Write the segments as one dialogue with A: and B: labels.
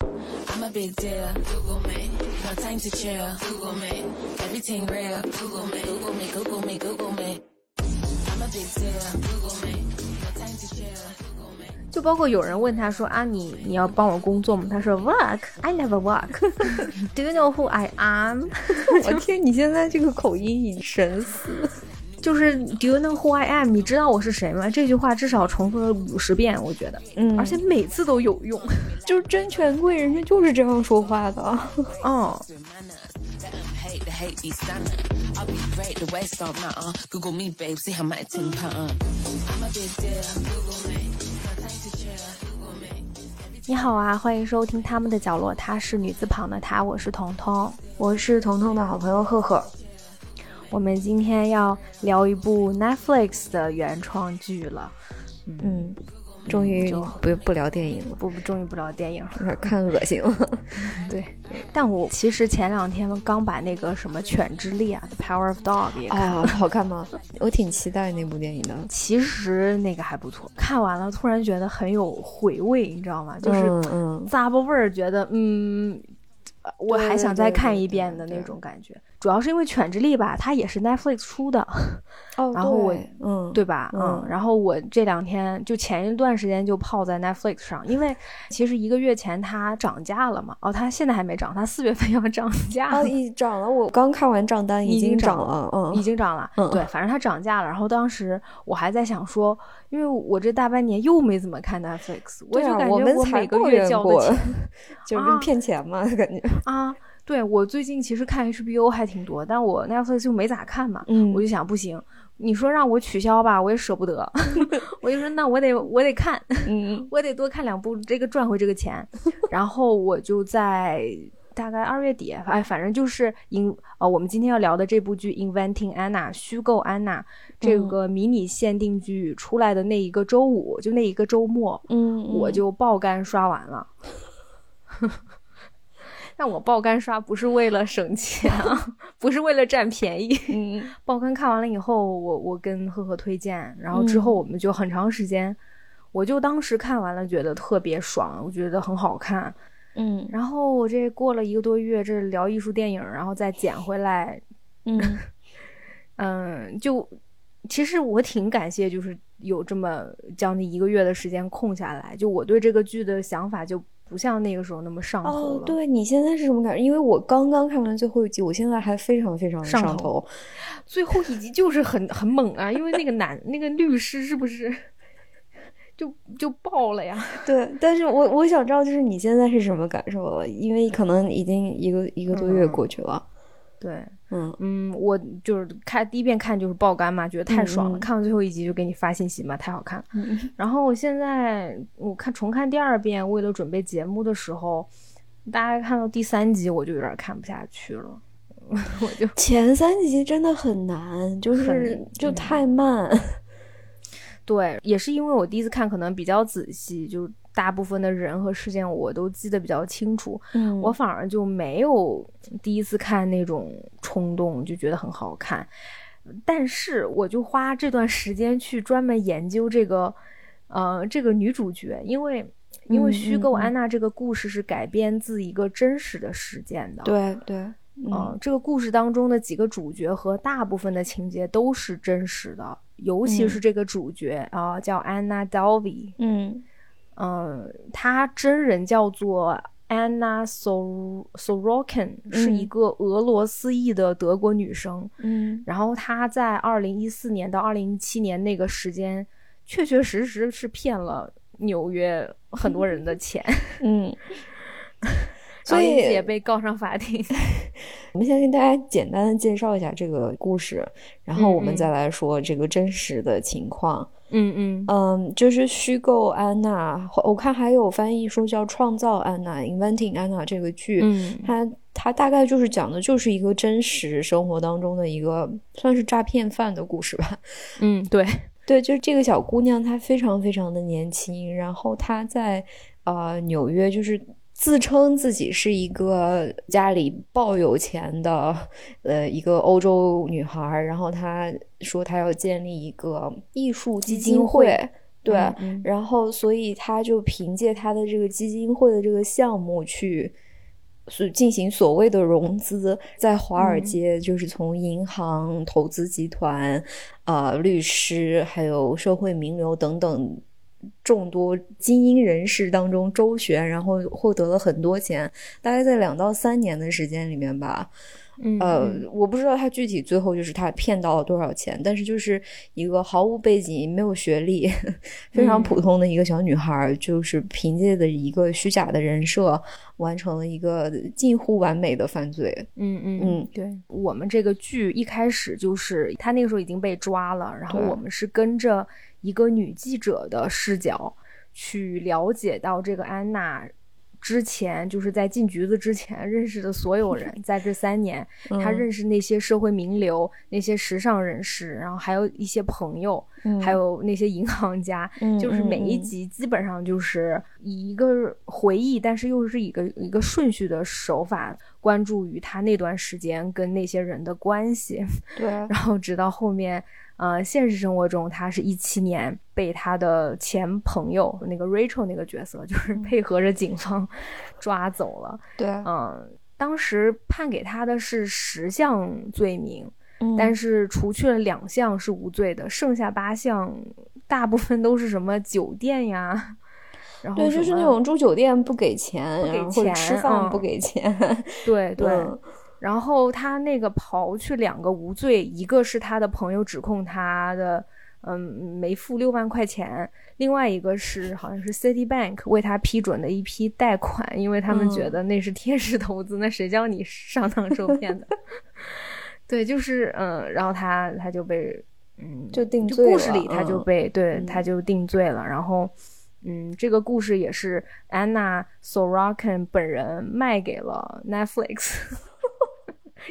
A: I'm a big deal. Google me. No time to chill. Google me. Everything real. Google me. Google me. Google me. Google me. I'm a big deal. Google me. No time to chill. Google me.
B: 就包括有人问他说啊，你你要帮我工作吗？他说 work, I never work. Do you know who I am？
C: 我听你现在这个口音已神似。
B: 就是 Do you know who I am？你知道我是谁吗？这句话至少重复了五十遍，我觉得，
C: 嗯
B: 而且每次都有用。
C: 就是真权贵人家就是这样说话的。
B: 嗯，
A: through manners. Let 'em hate the hate be stunning. I'll be great, the waste don't matter. Google me, babe, see how my ting pattern. I'm a big deal. Google me. No time to chill. Google me.
B: 你好啊，欢迎收听他们的角落，她是女字旁的她，我是彤彤。
C: 我是彤彤的好朋友赫赫，
B: 我们今天要聊一部 Netflix 的原创剧了，
C: 嗯，终于
B: 就
C: 不不聊电影了，
B: 不不，终于不聊电影了。
C: 有点看恶 心了。
B: 对，但我其实前两天刚把那个什么《犬之力》啊，《The Power of Dog》也看了。
C: 啊，好看吗？我挺期待那部电影的。
B: 其实那个还不错，看完了突然觉得很有回味，你知道吗？就是
C: 嗯嗯
B: 咂巴味儿，觉得嗯，呃我还想再看一遍的那种感觉。主要是因为《犬之力》吧，它也是 Netflix 出的，
C: 哦
B: 然后我
C: 嗯
B: 对吧？
C: 嗯
B: 然后我这两天就前一段时间就泡在 Netflix 上，因为其实一个月前它涨价了嘛，哦，它现在还没涨，它四月份要涨价
C: 啊，
B: 了。
C: 已涨了，我刚看完账单
B: 已经
C: 经
B: 涨
C: 涨了，嗯，
B: 已经涨了，
C: 嗯
B: 对，反正它涨价了。然后当时我还在想说，因为我这大半年又没怎么看 Netflix，我
C: 对
B: 就
C: 啊
B: 感觉
C: 我们才
B: 每个
C: 抱
B: 月
C: 怨
B: 交的
C: 过
B: 钱
C: 就是
B: 啊
C: 骗钱嘛，感觉。
B: 啊，对我最近其实看 HBO 还挺多，但我 Netflix 就没咋看嘛，
C: 嗯
B: 我就想不行，你说让我取消吧，我也舍不 得，我就说那我得我得看，
C: 嗯
B: 我得多看两部，这个赚回这个 钱。然后我就在大概二月底，哎，反正就是因呃，我们今天要聊的这部剧《Inventing Anna》虚构安娜这
C: 嗯
B: 个迷你限定剧出来的那一个周五，就那一个周末，
C: 嗯
B: 我就爆肝刷完 了。但我爆肝刷不是为了省钱啊， 不是为了占便宜。
C: 嗯
B: 爆肝看完了以后，我我跟赫赫推荐，然后之
C: 嗯
B: 后我们就很长时间，我就当时看完了，觉得特别爽，我觉得很好看。
C: 嗯
B: 然后我这过了一个多月，这聊艺术电影，然后再捡回来，
C: 嗯
B: 嗯，就其实我挺感谢，就是有这么将近一个月的时间空下来，就我对这个剧的想法就不像那个时候那么上头
C: 哦
B: 了。，
C: 对你现在是什么感觉？因为我刚刚看完最后一集，我现在还非常非常的
B: 上头
C: 上头。
B: 最后一集就是很很猛啊，因为那个男那个律师是不是 就就爆了 呀？
C: 对，但是我我想知道，就是你现在是什么感受了？因为可能已经一个一个多月
B: 嗯
C: 过去了。
B: 对，
C: 嗯
B: 嗯，我就是看第一遍看就是爆肝嘛，觉得太爽了，
C: 嗯嗯
B: 看完最后一集就给你发信息嘛，太好看了。
C: 嗯
B: 然后我现在我看重看第二遍，为了准备节目的时候，大概看到第三集我就有点看不下去了，我就
C: 前三集真的很难，就是
B: 很
C: 就
B: 嗯
C: 太慢。
B: 对，也是因为我第一次看可能比较仔细，就大部分的人和事件我都记得比较清楚，
C: 嗯
B: 我反而就没有第一次看那种冲动，就觉得很好看。但是我就花这段时间去专门研究这个，呃，这个女主角，因为因为
C: 嗯
B: 虚构
C: 嗯嗯
B: 安娜这个故事是改编自一个真实的事件的，
C: 对对，
B: 嗯，这个故事当中的几个主角和大部分的情节都是真实的，尤其
C: 嗯
B: 是这个主角啊、叫安娜·道维，
C: 嗯
B: 嗯，她真人叫做 Anna Sor Sorokin，是一
C: 嗯
B: 个俄罗斯裔的德国女生。
C: 嗯
B: 然后她在二零一四年到二零一七年那个时间，确确实实是骗了纽约很多人的钱，
C: 嗯。
B: 然
C: 所
B: 后
C: 以
B: 因哎此也被告上法庭。
C: 我们先跟大家简单的介绍一下这个故事，然后我
B: 嗯
C: 们
B: 嗯
C: 再来说这个真实的情况。
B: 嗯嗯
C: 嗯，就是虚构安娜，我看还有翻译说叫《创造安娜》（Inventing Anna） 这个剧，
B: 嗯
C: 它它大概就是讲的就是一个真实生活当中的一个算是诈骗犯的故事吧。
B: 嗯，对，
C: 对，就是这个小姑娘，她非常非常的年轻，然后她在呃纽约就是。自称自己是一个家里爆有钱的，呃，一个欧洲女孩儿，然后她说她要建立一个艺术基
B: 金
C: 金
B: 会
C: 对，啊
B: 嗯嗯
C: 然后所以她就凭借她的这个基金会的这个项目去所进行所谓的融资，在华尔街就是从银行、投资集团、啊、律师，还有社会名流等等众多精英人士当中周旋，然后获得了很多钱，大概在两到三年的时间里面吧。
B: 嗯，
C: 呃
B: 嗯，
C: 我不知道他具体最后就是他骗到了多少钱，但是就是一个毫无背景、没有学历、 非
B: 嗯
C: 常普通的一个小女孩儿，就是凭借着一个虚假的人设，完成了一个近乎完美的犯罪。
B: 嗯嗯
C: 嗯，
B: 对我们这个剧一开始就是他那个时候已经被抓了，然后
C: 对
B: 我们是跟着一个女记者的视角去了解到这个安娜之前就是在进局子之前认识的所有 人，在这三年她
C: 嗯
B: 认识那些社会名流、那些时尚人士，然后还有一些朋友，还有那些银行家，
C: 嗯
B: 就是每一
C: 嗯嗯
B: 集基本上就是以一个回忆，但是又是一个一个顺序的手法，关注于他那段时间跟那些人的关系，
C: 对啊，
B: 然后直到后面，呃，现实生活中他是一七年被他的前朋友那个 Rachel 那个角色，
C: 嗯
B: 就是配合着警方抓走了，
C: 对啊，
B: 嗯。当时判给他的是十项罪名，
C: 嗯
B: 但是除去了两项是无罪的，剩下八项大部分都是什么酒店呀，然后
C: 对，
B: 什
C: 就是那
B: 么
C: 种住酒店不给钱，
B: 不给
C: 然后或者吃
B: 钱
C: 饭
B: 嗯
C: 不给钱，
B: 对对。
C: 嗯
B: 然后他那个刨去两个无罪，一个是他的朋友指控他的。嗯，没付六万块钱。另外一个是好像是 Citibank 为他批准的一批贷款，因为他们
C: 嗯
B: 觉得那是天使投资，那谁叫你上当受骗的？ 对，就是嗯，然后他他就被嗯
C: 就定
B: 就
C: 罪
B: 故事
C: 了
B: 里他就
C: 嗯
B: 被、对
C: 嗯
B: 他就定罪了，然后。嗯，这个故事也是安娜 Sorokin 本人卖给了 Netflix，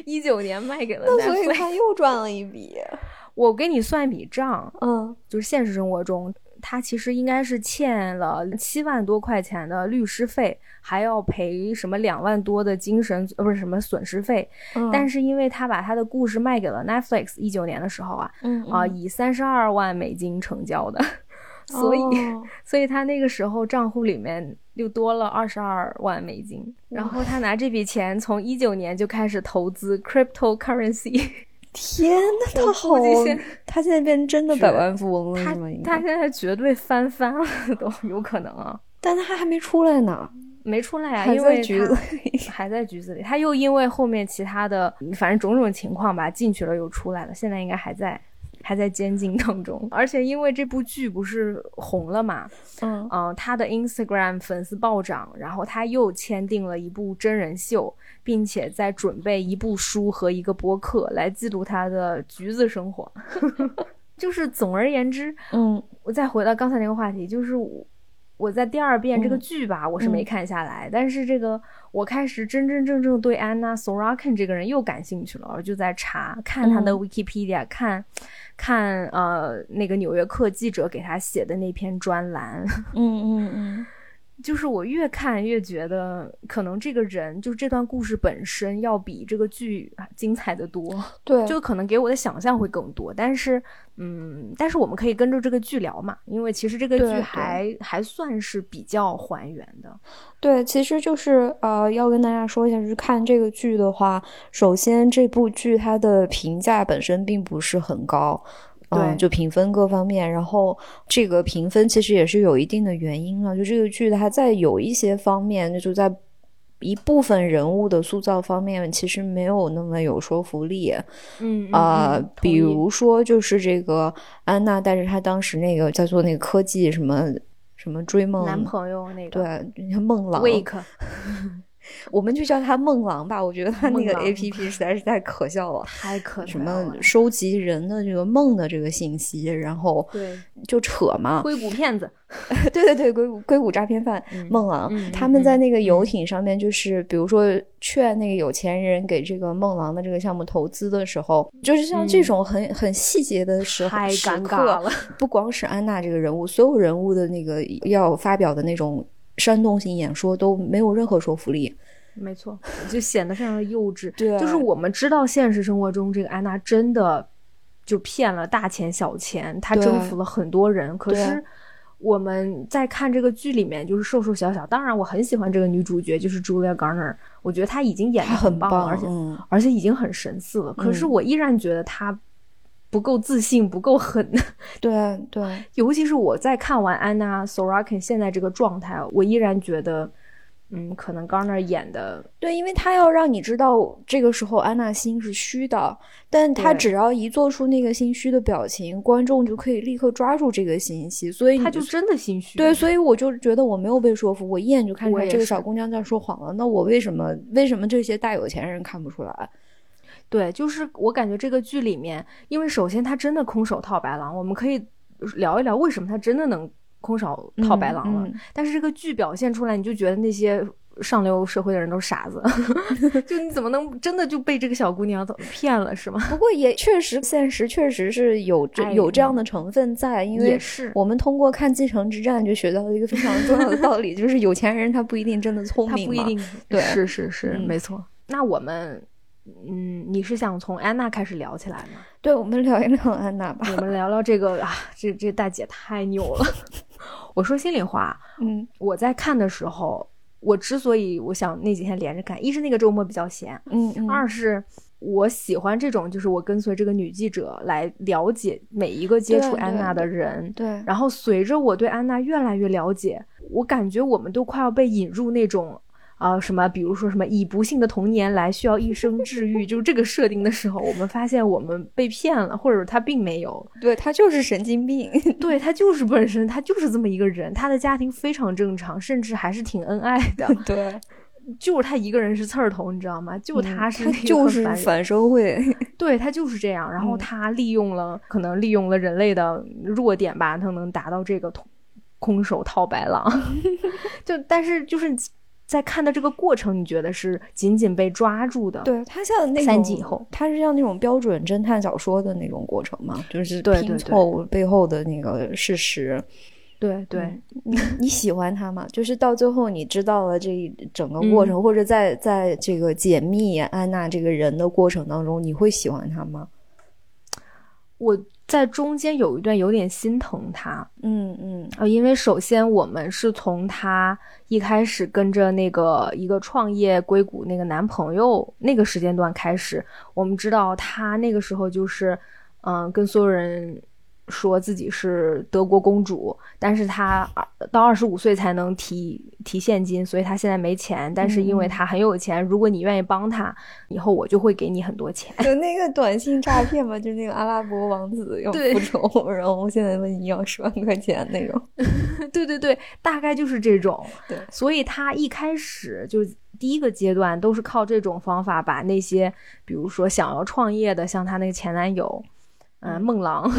B: 一九年卖给了
C: 那所以
B: Netflix。
C: 他又赚了一笔。
B: 我给你算一笔账，
C: 嗯
B: 就是现实生活中，他其实应该是欠了七万多块钱的律师费，还要赔什么两万多的精神呃不是什么损失费，
C: 嗯，
B: 但
C: 是
B: 是因为他把他的故事卖给了 Netflix，一九年的时候啊，啊、
C: 啊，
B: 以三十二万美金成交的，所以、
C: 哦
B: 所以他那个时候账户里面又多了二十二万美金，然后他拿这笔钱从一九年就开始投资 cryptocurrency，
C: 天呐，他好
B: 估计现，
C: 他现在变真的
B: 是
C: 百万富翁了，
B: 他
C: 是吗？应该
B: 他现在绝对翻番了都有可能啊，
C: 但他还没出来呢，
B: 没出来啊，
C: 还
B: 因为
C: 在局
B: 他
C: 子
B: 还在局子里，他又因为后面其他的反正种种情况吧，进去了又出来了，现在应该还在还在监禁当中。而且因为这部剧不是红了嘛，
C: 嗯
B: 嗯、他的 Instagram 粉丝暴涨，然后他又签订了一部真人秀，并且在准备一部书和一个播客来记录他的橘子生活。 就是总而言之，
C: 嗯
B: 我再回到刚才那个话题，就是我我在第二遍这个剧吧，我是没看下来，但是这个我开始真真正正对安娜 Sorokin 这个人又感兴趣了，我就在查看她的
C: 嗯
B: Wikipedia，、看看呃那个《纽约客》记者给她写的那篇专栏，
C: 嗯嗯嗯，
B: 就是我越看越觉得，可能这个人就这段故事本身要比这个剧啊精彩的多。
C: 对，
B: 就可能给我的想象会更多，但是，嗯，但是我们可以跟着这个剧聊嘛，因为其实这个
C: 对
B: 剧
C: 对
B: 还还算是比较还原的，
C: 对，其实就是呃，要跟大家说一下，就是看这个剧的话，首先这部剧它的评价本身并不是很高，
B: 对
C: 嗯，就评分各方面，然后这个评分其实也是有一定的原因了，就这个剧它在有一些方面，就在一部分人物的塑造方面，其实没有那么有说服力，
B: 嗯
C: 呃，
B: 嗯
C: 比，如说就是这个安娜带着她当时那个在做那个科技什么什么追
B: 同
C: 梦
B: 意男朋友那个
C: 对梦郎
B: Wake，
C: 我们就叫他梦郎吧。我觉得他那个
B: 梦郎
C: A P P 实在是太可笑了，
B: 太可
C: 什
B: 怕
C: 么
B: 了
C: 收集人的这个梦的这个信息，然后
B: 对
C: 就扯嘛。
B: 硅谷骗子，
C: 对对对，硅谷硅谷诈骗犯
B: 嗯
C: 梦郎，
B: 嗯嗯
C: 他们在
B: 嗯
C: 那个游艇上面，就是比如说劝那个有钱人给这个梦郎的这个项目投资的时候，就是像
B: 嗯
C: 这种很、很细节的时候
B: 太
C: 时
B: 尴
C: 刻
B: 尬了，
C: 不光是安娜这个人物，所有人物的那个要发表的那种煽动性演说都没有任何说服力。
B: 没错，就显得非常的幼稚。
C: 对
B: 就是我们知道现实生活中这个安娜真的就骗了大钱小钱，她
C: 对
B: 征服了很多人。可
C: 对
B: 是我们在看这个剧里面，就是瘦瘦小小。当然，我很喜欢这个女主角，就是 Julia Garner，我觉得她已经演的
C: 他很
B: 棒啊了，而且、
C: 嗯
B: 而且已经很神似了。可是我依然觉得她不够自信，不够狠。
C: 对对，
B: 尤其是我在看完安娜 Sorokin 现在这个状态，我依然觉得，嗯，可能 Garner 演的
C: 对，因为他要让你知道这个时候安娜心是虚的，但他
B: 对
C: 只要一做出那个心虚的表情，观众就可以立刻抓住这个信息，所以你
B: 她就真的心虚。
C: 对，所以我就觉得我没有被说服，我一眼就看出
B: 我
C: 来
B: 也
C: 这个
B: 是
C: 小姑娘在说谎了。那我为什么为什么这些大有钱人看不出来？
B: 对，就是我感觉这个剧里面，因为首先他真的空手套白狼，我们可以聊一聊为什么他真的能空手套白狼了。
C: 嗯嗯
B: 但是这个剧表现出来，你就觉得那些上流社会的人都是傻 子，就你怎么能真的就被这个小姑娘骗了是吗？
C: 不过也确实，现实确实是有这
B: 哎
C: 有这样
B: 嗯
C: 的成分在，因
B: 也
C: 为
B: 是，
C: 我们通过看《继承之战》就学到了一个非常重要的道理， 就是有钱人他不一定真的聪
B: 他
C: 明，
B: 不一，定
C: 对
B: 是是是，
C: 嗯
B: 没错。那我们。嗯，你是想从安娜开始聊起来吗？
C: 对，我们聊一聊安娜吧。
B: 我们聊聊这个啊，这这大姐太牛 了。我说心里话，
C: 嗯
B: 我在看的时候，我之所以我想那几天连着看，一是那个周末比较闲，
C: 嗯嗯，
B: 二是我喜欢这种，就是我跟随这个女记者来了解每一个接触
C: 对
B: 安娜
C: 对
B: 的人。
C: 对，
B: 然后随着我对安娜越来越了解，我感觉我们都快要被引入那种。啊、什么？比如说什么以不幸的童年来需要一生治愈，就是这个设定的时候，我们发现我们被骗了，或者他并没有，
C: 对他就是神 经病，
B: 对他就是本身他就是这么一个人，他的家庭非常正常，甚至还是挺恩爱的，
C: 对，啊
B: 就是他一个人是刺儿头，你知道吗？就他是、
C: 嗯他就是反 社会，
B: 对他就是这样。然后
C: 嗯
B: 他利用了、可能利用了人类的弱点吧，他能达到这个空空手套白狼。 就但是就是在看的这个过程，你觉得是紧紧被抓住的？
C: 对他像那种
B: 三季以后，
C: 他是像那种标准侦探小说的那种过程嘛，就是
B: 对对
C: 拼
B: 对
C: 凑背后的那个事实。
B: 对对
C: 嗯你你喜欢他吗？就是到最后你知道了这一整个过程，或者在在这个解密安娜这个人的过程当中，你会喜欢他吗？
B: 我在中间有一段有点心疼他，
C: 嗯 嗯
B: 啊，因为首先我们是从她一开始跟着那个一个创业硅谷那个男朋友那个时间段开始，我们知道她那个时候就是，嗯、跟所有人说自己是德国公主，但是她二到二十五岁才能提提现金，所以她现在没钱，但是因为
C: 嗯
B: 她很有钱，如果你愿意帮她，以后我就会给你很多钱。
C: 有那个短信诈骗嘛，就是那个阿拉伯王子要
B: 对
C: 复仇， 然后现在问你要十万块钱那种。
B: 对对对，大概就是这种。
C: 对
B: 所以他一开始就是第一个阶段都是靠这种方法把那些，比如说想要创业的，像她那个前男友，嗯、
C: 嗯
B: 孟郎，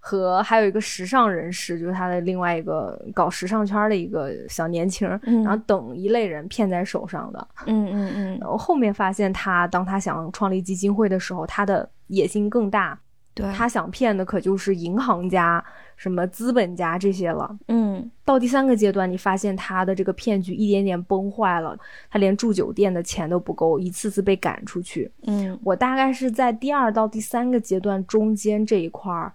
B: 和还有一个时尚人士，就是他的另外一个搞时尚圈的一个小年轻儿，
C: 嗯
B: 然后等一类人骗在手上的。
C: 嗯嗯嗯，
B: 然后后面发现他，当他想创立基金会的时候，他的野心更大，
C: 对，
B: 他想骗的可就是银行家、什么资本家这些了。
C: 嗯
B: 到第三个阶段，你发现他的这个骗局一点点崩坏了，他连住酒店的钱都不够，一次次被赶出去。
C: 嗯
B: 我大概是在第二到第三个阶段中间这一块儿，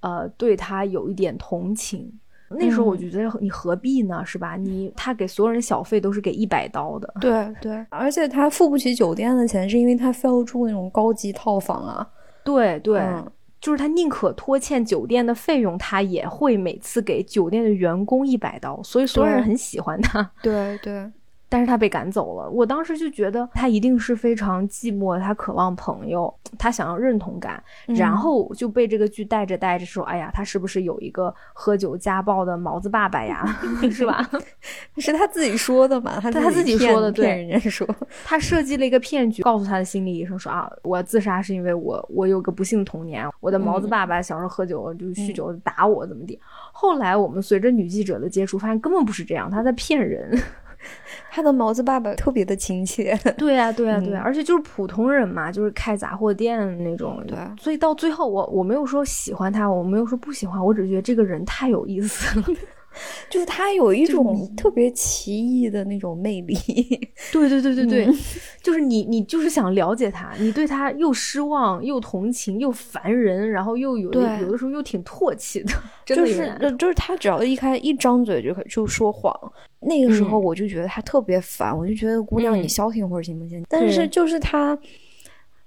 B: 呃，对他有一点同情。那时候我就觉得你何必呢，是吧？你他给所有人小费都是给一百刀的，
C: 对对，而且他付不起酒店的钱，是因为他非要住那种高级套房啊。
B: 对对，
C: 嗯
B: 就是他宁可拖欠酒店的费用，他也会每次给酒店的员工一百刀，所以所有人
C: 对
B: 很喜欢他。
C: 对对，
B: 但是他被赶走了。我当时就觉得他一定是非常寂寞，他渴望朋友，他想要认同感，
C: 嗯
B: 然后就被这个剧带着带着说，哎呀，他是不是有一个喝酒家暴的毛子爸爸呀， 是吧？
C: 是他自己说的嘛？他
B: 对他自己
C: 骗
B: 说的
C: 骗
B: 对
C: 人家说。
B: 他设计了一个骗局，告诉他的心理医生说啊，我自杀是因为我我有个不幸童年，我的毛子爸爸小时候喝酒就是酗酒打我怎么地。后来我们随着女记者的接触，发现根本不是这样，他在骗人。
C: 他的毛子爸爸特别的亲切。
B: 对呀、对呀、啊对呀、
C: 嗯
B: 而且就是普通人嘛，就是开杂货店那种。
C: 对
B: 所以到最后我，我没有说喜欢他，我没有说不喜欢，我只是觉得这个人太有意思 了。
C: 就是他有一
B: 就是
C: 种特别奇异的那种魅力，
B: 对对对对对，嗯就是你你就是想了解他，你对他又失望又同情又烦人，然后又有的
C: 对
B: 有的时候又挺唾弃的，真的
C: 就
B: 有
C: 是
B: 点
C: 呃就是他只要一开一张嘴就可就说谎，那个时候
B: 嗯
C: 我就觉得他特别烦，我就觉得姑
B: 嗯
C: 娘你消停会儿行不行？但是
B: 对
C: 就是他，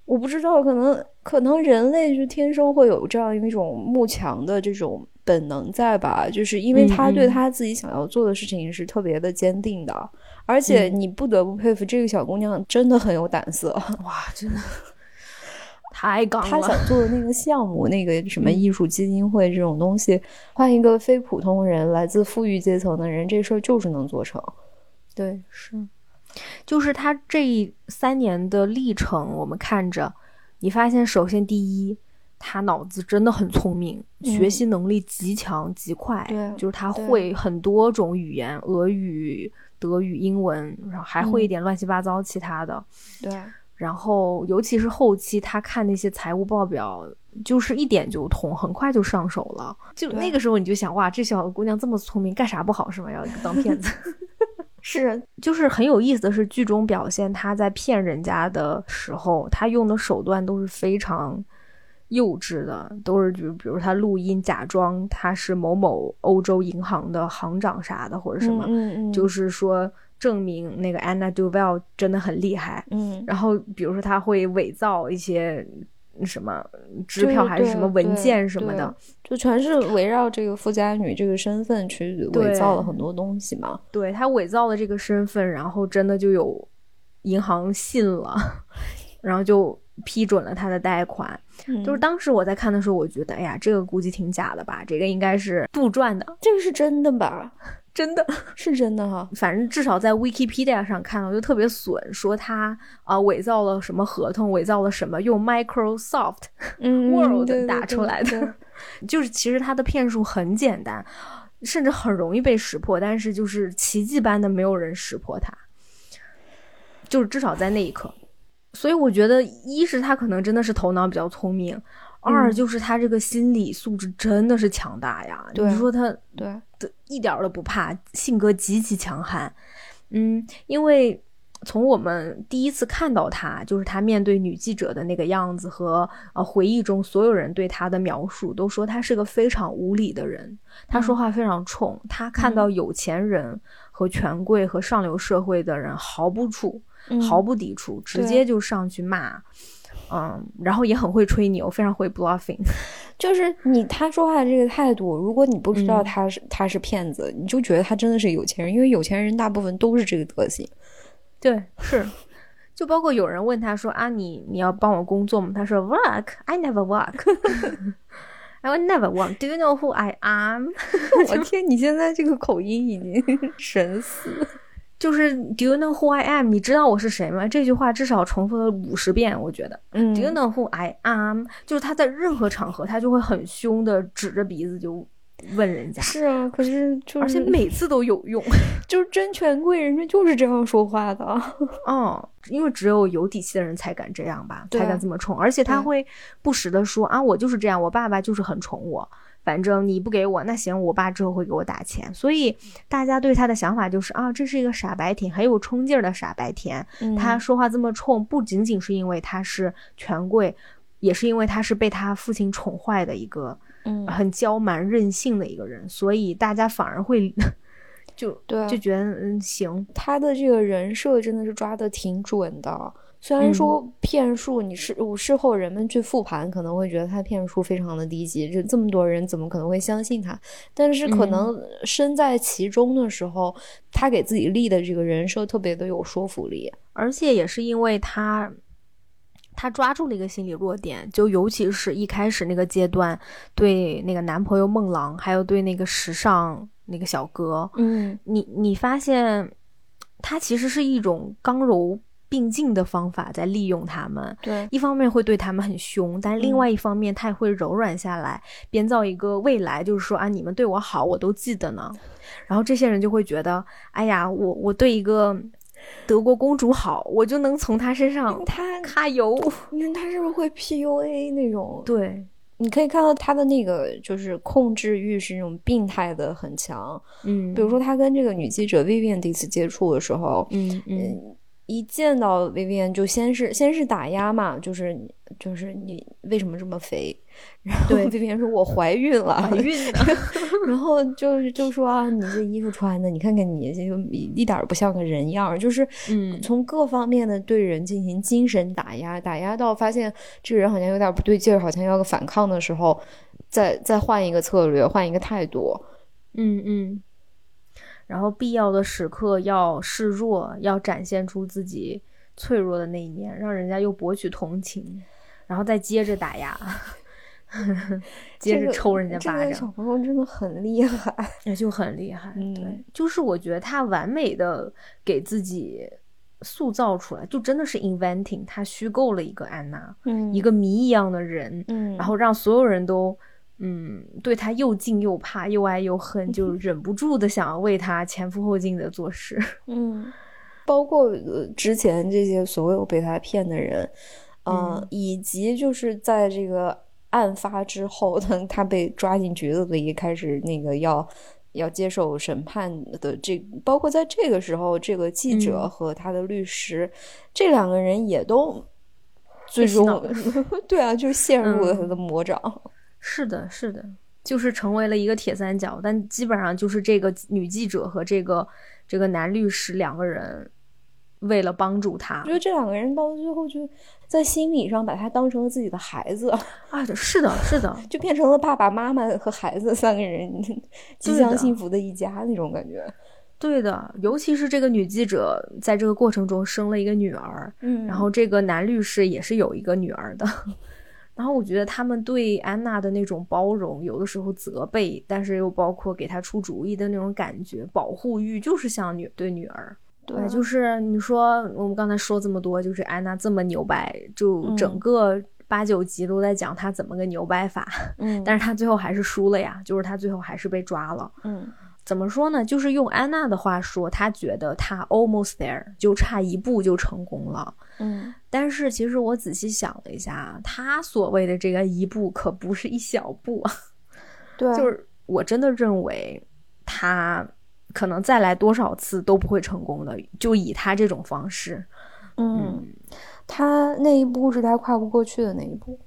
C: 我不知道，可能可能人类就天生会有这样一种慕强的这种本能在吧，就是因为
B: 嗯
C: 他对
B: 嗯
C: 他自己想要做的事情是特别的坚定的。而且
B: 嗯
C: 你不得不佩服这个小姑娘真的很有胆色，
B: 哇，真的太刚
C: 他
B: 了。嗯
C: 想做的那个项目，那个什么艺术基金会这种东西，换一个非普通人、来自富裕阶层的人，这事儿就是能做成。对，
B: 是，就是他这三年的历程，我们看着，你发现首先第一，他脑子真的很聪明，学
C: 嗯
B: 习能力极强极快，
C: 对
B: 就是他
C: 对
B: 会很多种语言，俄语、德语、英文，然后还会一
C: 嗯
B: 点乱七八糟其他的。
C: 对，啊
B: 然后，尤其是后期他看那些财务报表，就是一点就通，很快就上手了。就
C: 对
B: 那个时候你就想，哇，这小姑娘这么聪明，干啥不好是吗？要当骗子。
C: 是，
B: 就是啊很有意思的是，剧中表现他在骗人家的时候，他用的手段都是非常幼稚的，都是就比如他录音假装他是某某欧洲银行的行长啥的，或者什么，
C: 嗯嗯，，
B: 就是是说证明那个 Anna Duval 真的很厉害。
C: 嗯，
B: 然后比如说他会伪造一些什么 支
C: 就是
B: 票还是什
C: 对
B: 么文
C: 对
B: 件什么的，
C: 就全是围绕这个富家女这个身份去伪
B: 对
C: 造了很多东西嘛。
B: 对他伪造了这个身份，然后真的就有银行信了，然后就批准了他的贷款。
C: 嗯
B: 就是当时我在看的时候，我觉得，哎呀，这个估计挺假的吧，这个应该是杜撰的，
C: 这个是真的吧？
B: 真的。
C: 是真 的哈。
B: 反正至少在 Wikipedia 上看到，就特别损，说他啊、伪造了什么合同，伪造了什么，用 Microsoft
C: 嗯
B: World
C: 对对
B: 打出
C: 对
B: 来的
C: 对
B: 就是其实他的骗术很简单，甚至很容易被识破，但是就是奇迹般的没有人识破他，就是至少在那一刻。所以我觉得，一是他可能真的是头脑比较聪明，二就是他这个心理素质真的是强大呀。
C: 对
B: 你说他
C: 对，
B: 的一点儿都不怕，性格极其强悍。嗯，因为从我们第一次看到他，就是他面对女记者的那个样子和呃回忆中所有人对他的描述，都说他是个非常无理的人，他
C: 嗯
B: 说话非常冲，他看到有钱人和权贵和上流社会的人毫不怵，
C: 嗯
B: 毫不抵触，直
C: 对
B: 接就上去骂。嗯，然后也很会吹牛，非常会 bluffing。
C: 就是你他说话的这个态度，如果你不知
B: 嗯
C: 道他是、他是骗子，你就觉得他真的是有钱人，因为有钱人大部分都是这个德 行。
B: 对，是， 就包括有人问他说啊，你你要帮我工作吗？他说 work, I never work, I will never work. Do you know who I am?
C: 我天，你现在这个口音已经 神似。
B: 就是 Do you know who I am？你知道我是谁吗？这句话至少重复了五十遍，我觉得。
C: 嗯
B: Do you know who I am？就是他在任何场合，他就会很凶的指着鼻子就问人家，
C: 是啊，可是就是，
B: 而且每次都有用。
C: 就是真权贵人家就是这样说话的。
B: 哦，因为只有有底气的人才敢这样吧，
C: 对
B: 才敢这么冲，而且他
C: 对
B: 会不时的说啊，我就是这样，我爸爸就是很宠我，反正你不给我，那行，我爸之后会给我打钱。所以大家对他的想法就是啊，这是一个傻白甜，很有冲劲儿的傻白甜。嗯
C: 嗯
B: 他说话这么冲，不仅仅是因为他是权贵，也是因为他是被他父亲宠坏的一个
C: 嗯，
B: 很娇蛮任性的一个人，所以大家反而会 就
C: 对啊
B: 就觉得嗯行，
C: 他的这个人设真的是抓的挺准的。虽然说骗术，你事我事后人们去复盘，可能会觉得他骗术非常的低级，就这么多人怎么可能会相信他？但是可能身在其中的时候，他给自己立的这个人设特别的有说服力。
B: 而且也是因为他，他抓住了一个心理弱点，就尤其是一开始那个阶段，对那个男朋友孟郎，还有对那个时尚那个小哥，
C: 嗯，
B: 你你发现，他其实是一种刚柔并进的方法在利用他们。
C: 对，
B: 一方面会对他们很凶，但另
C: 嗯
B: 外一方面他也会柔软下来，编造一个未来，就是说啊，你们对我好，我都记得呢。然后这些人就会觉得，哎呀，我我对一个德国公主好，我就能从 她身上
C: 他
B: 揩油。
C: 你看他是不是会 PUA 那种？
B: 对，
C: 你可以看到他的那个就是控制欲是那种病态的很强。
B: 嗯，
C: 比如说他跟这个女记者 Vivian 第一次接触的时候，
B: 嗯嗯
C: 嗯，一见到 Vivian 就先是先是打压嘛，就是就是你为什么这么肥？然后
B: 对嗯
C: Vivian 说我怀孕了，
B: 怀孕的，
C: 然后就是就说啊，你这衣服穿的，你看看你这个一点儿不像个人样儿，就是
B: 嗯
C: 从各方面的对人进行精神打压，打压到发现这个人好像有点不对劲儿，好像要个反抗的时候，再再换一个策略，换一个态度。
B: 嗯嗯，然后必要的时刻要示弱，要展现出自己脆弱的那一面，让人家又博取同情，然后再接着打压， 接
C: 这
B: 着
C: 个
B: 抽人家巴
C: 这
B: 掌
C: 个小，朋友真的很厉害。
B: 那就很厉害。对
C: 嗯，
B: 就是我觉得他完美的给自己塑造出来，就真的是 inventing，他虚构了一个安娜，
C: 嗯
B: 一个谜一样的人，
C: 嗯，
B: 然后让所有人都，嗯，对他又敬又怕，又爱又恨，就 忍不住的想要为他前赴后继的做事。
C: 嗯，包括呃之前这些所有被他骗的人，呃
B: 嗯
C: 以及就是在这个案发之后，他他被抓进局子里，开始那个要要接受审判的这，包括在这个时候，这个记者
B: 嗯
C: 和他的律师，这两个人也都最
B: 洗
C: 终
B: 脑
C: 对啊，就是陷入了他
B: 嗯
C: 的魔掌。
B: 是的，是的，就是成为了一个铁三角，但基本上就是这个女记者和这个这个男律师两个人为了帮助他
C: 我觉得这两个人到最后就在心理上把他当成了自己的孩子。
B: 啊，是的，是的，
C: 就变成了爸爸妈妈和孩子三个人 即
B: 对
C: 将
B: 的
C: 幸福的一家那种感觉。
B: 对的，尤其是这个女记者在这个过程中生了一个女儿，
C: 嗯
B: 然后这个男律师也是有一个女儿的。 然后我觉得他们对安娜的那种包容，有的时候责备，但是又包括给她出主意的那种感觉，保护欲就是像女对女儿。哎
C: 对啊，
B: 就是你说我们刚才说这么多，就是安娜这么牛掰，就
C: 嗯
B: 整个八九集都在讲她怎么个牛掰法，
C: 嗯，
B: 但是她最后还是输了呀，就是她最后还是被抓了。
C: 嗯
B: 怎么说呢？就是用安娜的话说，她觉得她 almost there，就差一步就成功了。
C: 嗯
B: 但是其实我仔细想了一下，她所谓的这个一步可不是一小步啊，
C: 对啊，
B: 就是我真的认为她可能再来多少次都不会成功的，就以她这种方式。
C: 嗯，他那一步是他跨不过去的那一步。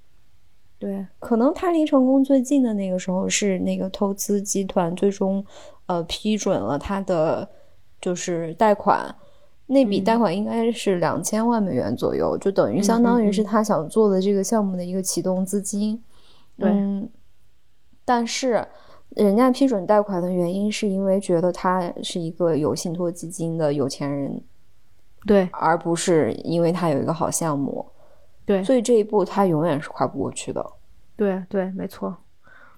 B: 对，
C: 可能他离成功最近的那个时候是那个投资集团最终，呃，批准了他的就是贷款，那笔
B: 嗯
C: 贷款应该是两千万美元左右，就等于相当
B: 嗯
C: 于是他想做的这个项目的一个启动资金。
B: 对
C: 嗯，但是人家批准贷款的原因是因为觉得他是一个有信托基金的有钱人，
B: 对
C: 而不是因为他有一个好项目，
B: 对
C: 所以这一步他永远是跨不过去的。
B: 对对，没错。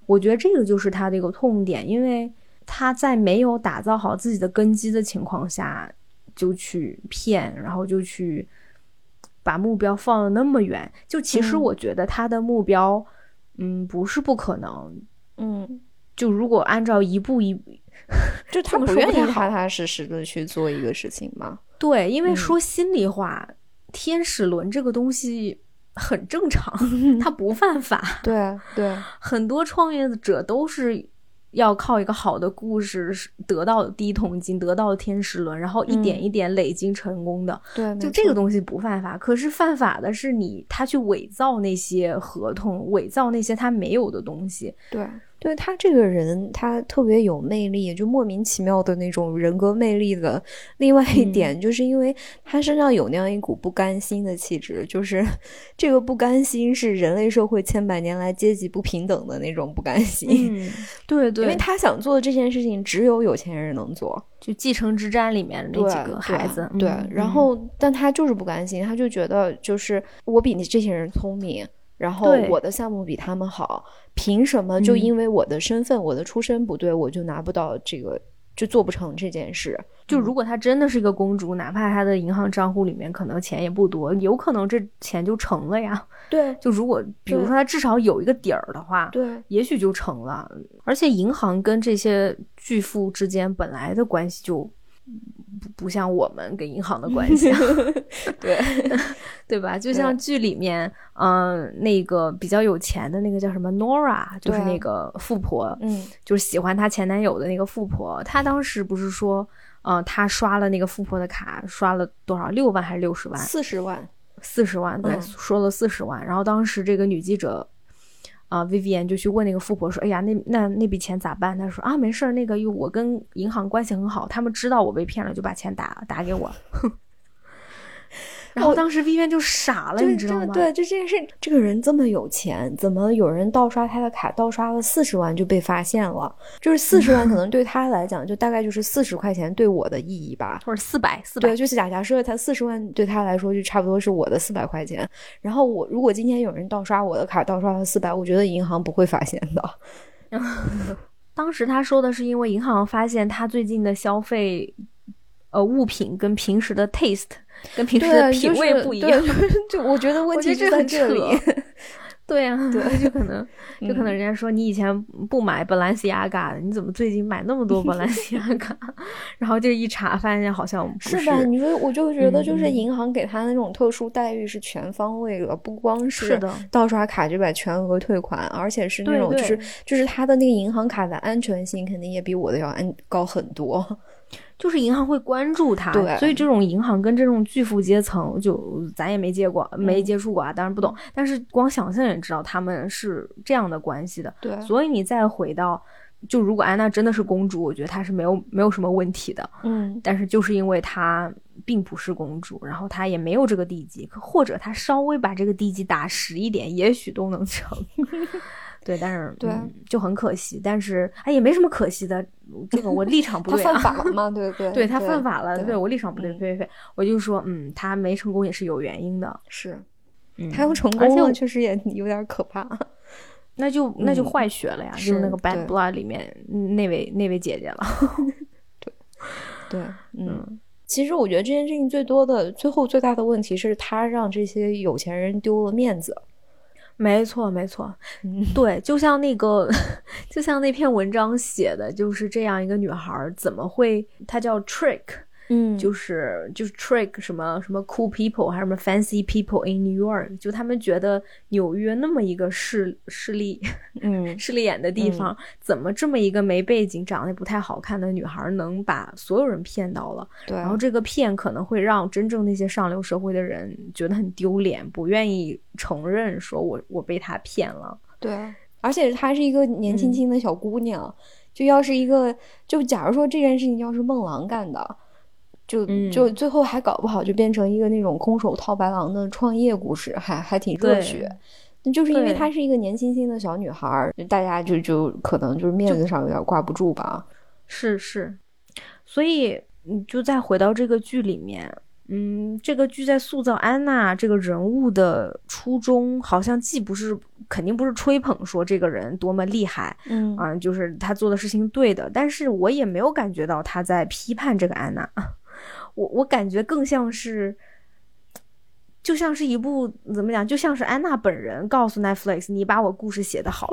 B: 我觉得这个就是他的一个痛点，因为他在没有打造好自己的根基的情况下，就去骗，然后就去把目标放得那么远。就其实
C: 嗯
B: 我觉得他的目标，嗯，不是不可能。
C: 嗯。
B: 就如果按照一步一
C: 就他
B: 这么
C: 不
B: 说
C: 愿
B: 不
C: 意
B: 太
C: 踏
B: 好
C: 踏实实的去做一个事情嘛。
B: 对，因为
C: 嗯
B: 说心里话，天使轮这个东西很正常， 它不犯法。
C: 对啊，对啊，
B: 很多创业者都是要靠一个好的故事是得到第一桶金，得到天使轮，然后一点
C: 嗯
B: 一点累积成功的。
C: 对，
B: 就
C: 没
B: 这个
C: 错
B: 东西不犯法，可是犯法的是你他去伪造那些合同，伪造那些他没有的东西。
C: 对，对他这个人，他特别有魅力，就莫名其妙的那种人格魅力的。另外一
B: 嗯
C: 点，就是因为他身上有那样一股不甘心的气质，就是这个不甘心是人类社会千百年来阶级不平等的那种不甘心。
B: 嗯， 对
C: 因为
B: 对，
C: 他想做的这件事情，只有有钱人能做。
B: 就《继承之战》里面的
C: 对
B: 那几个孩子，
C: 对，
B: 嗯
C: 然后但他就是不甘心，他就觉得就是我比你这些人聪明，然后
B: 对
C: 我的项目比他们好，凭什么就
B: 嗯
C: 因为我的身份、我的出身不对，我就拿不到这个，就做不成这 件事？
B: 就如果她真的是一个公主，哪怕她的银行账户里面可能钱也不多，有可能这钱就成了呀。
C: 对
B: 就如果比如
C: 对
B: 说她至少有一个底儿的话，
C: 对
B: 也许就成了。而且银行跟这些巨富之间本来的关系就不不像我们跟银行的关 系啊，
C: 对，
B: 对吧？就像剧里面，嗯、那个比较有钱的那个叫什么 Nora，就是
C: 对啊
B: 那个富婆，
C: 嗯，
B: 就是喜欢她前男友的那个富婆，她当时不是说，呃，她刷了那个富婆的卡，刷了多少六万还是六十万？
C: 四十万，
B: 四十万，对，
C: 嗯
B: 说了四十万。然后当时这个女记者啊、v i v i a n 就去问那个富婆说：“哎呀，那那那笔钱咋办？”她说：“啊，没事儿，那个我跟银行关系很好，他们知道我被骗了，就把钱打打给我。” 然后当时 Vivian 就傻了，
C: 哦对
B: 你知道吗？
C: 对，就这件事，这个人这么有钱，怎么有人盗刷他的卡，盗刷了四十万就被发现了？就是四十 万，可能对他来讲，就大概就是四十块钱对我的意义吧。
B: 或者四百四百
C: 对，，就是假假设他四十万对他来说就差不多是我的四百块钱，然后我如果今天有人盗刷我的卡，盗刷了四百，我觉得银行不会发现的。
B: 当时他说的是，因为银行发现他最近的消费，呃，物品跟平时的 taste 跟平时的
C: 对，啊
B: 品味不一样。
C: 就是对 就我觉得问
B: 我觉得
C: 题就
B: 这
C: 在
B: 很
C: 这
B: 扯
C: 里。
B: 对呀、啊，对，就可 能就可能
C: 嗯
B: 人家说你以前不买 Balenciaga 的，你怎么最近买那么多 Balenciaga？然 后就一查发现好像不
C: 是吧？你说，我就觉得，就是
B: 嗯
C: 银行给他那种特殊待遇是全方位的，不光
B: 是
C: 是
B: 的，
C: 盗刷卡就把全额退款，而且是那
B: 对
C: 种就是
B: 对
C: 就是他的那个银行卡的安全性肯定也比我的要安高很多。
B: 就是银行会关注他，
C: 对
B: 所以这种银行跟这种巨富阶层就咱也没接过，没
C: 嗯
B: 接触过啊，当然不懂，但是光想象也知道他们是这样的关系的。
C: 对
B: 所以你再回到，就如果安娜真的是公主，我觉得她是没有没有什么问题的。
C: 嗯，
B: 但是就是因为她并不是公主，然后她也没有这个地基，可或者她稍微把这个地基打实一点，也许都能成。 对，但是
C: 对
B: 嗯就很可惜。但是哎，也没什么可惜的，这个我立场不
C: 他
B: 对
C: 犯
B: 啊。
C: 法了嘛？对不 对？
B: 对他犯法了，
C: 对
B: 对我立场不对，对
C: 嗯
B: 对对，我就说，嗯，他没成功也是有原因的，
C: 是，
B: 嗯，
C: 他要成
B: 而
C: 功
B: 且我
C: 了，确实也有点可 怕。
B: 那就那就
C: 嗯
B: 坏血了呀，就是那个 Bad
C: 对
B: Blood 里面那位那位姐姐了，
C: 对，嗯，其实我觉得这件事情最多的最后最大的问题是他让这些有钱人丢了面子。
B: 没错没错，
C: 嗯，
B: 对，就像那个， 就像那篇文章写的，就是这样一个女孩儿怎么会，她叫 Trick，
C: 嗯
B: 就是就是 Trick 什么什么 Cool People 还是什么 Fancy People in New York，就他们觉得纽约那么一个势势利
C: 嗯，
B: 势利眼的地方，怎么这么一个没背景、长得也不太好看的女孩儿能把所有人骗到了？
C: 对，
B: 然后这个骗可能会让真正那些上流社会的人觉得很丢脸，不愿意承认说我我被他骗了。
C: 对，而且她是一个年轻
B: 嗯
C: 轻的小姑娘，就要是一个，就假如说这件事情要是孟狼干的，就、
B: 嗯
C: 就最后还搞不好就变成一个那种空手套白狼的创业故事，还还挺热
B: 对
C: 血。那就是因为
B: 对
C: 她是一个年轻轻的小女孩儿，大家就就可能就是面子上有点挂不住吧。
B: 是是，所以你就再回到这个剧里面，嗯，这个剧在塑造安娜这个人物的初衷，好像既不是肯定不是吹捧说这个人多么厉害，
C: 嗯
B: 啊、就是他做的事情对的，但是我也没有感觉到他在批判这个安娜， 我我感觉更像是。就像是一部怎么讲，就像是安娜本人告诉 Netflix，你把我故事写得好，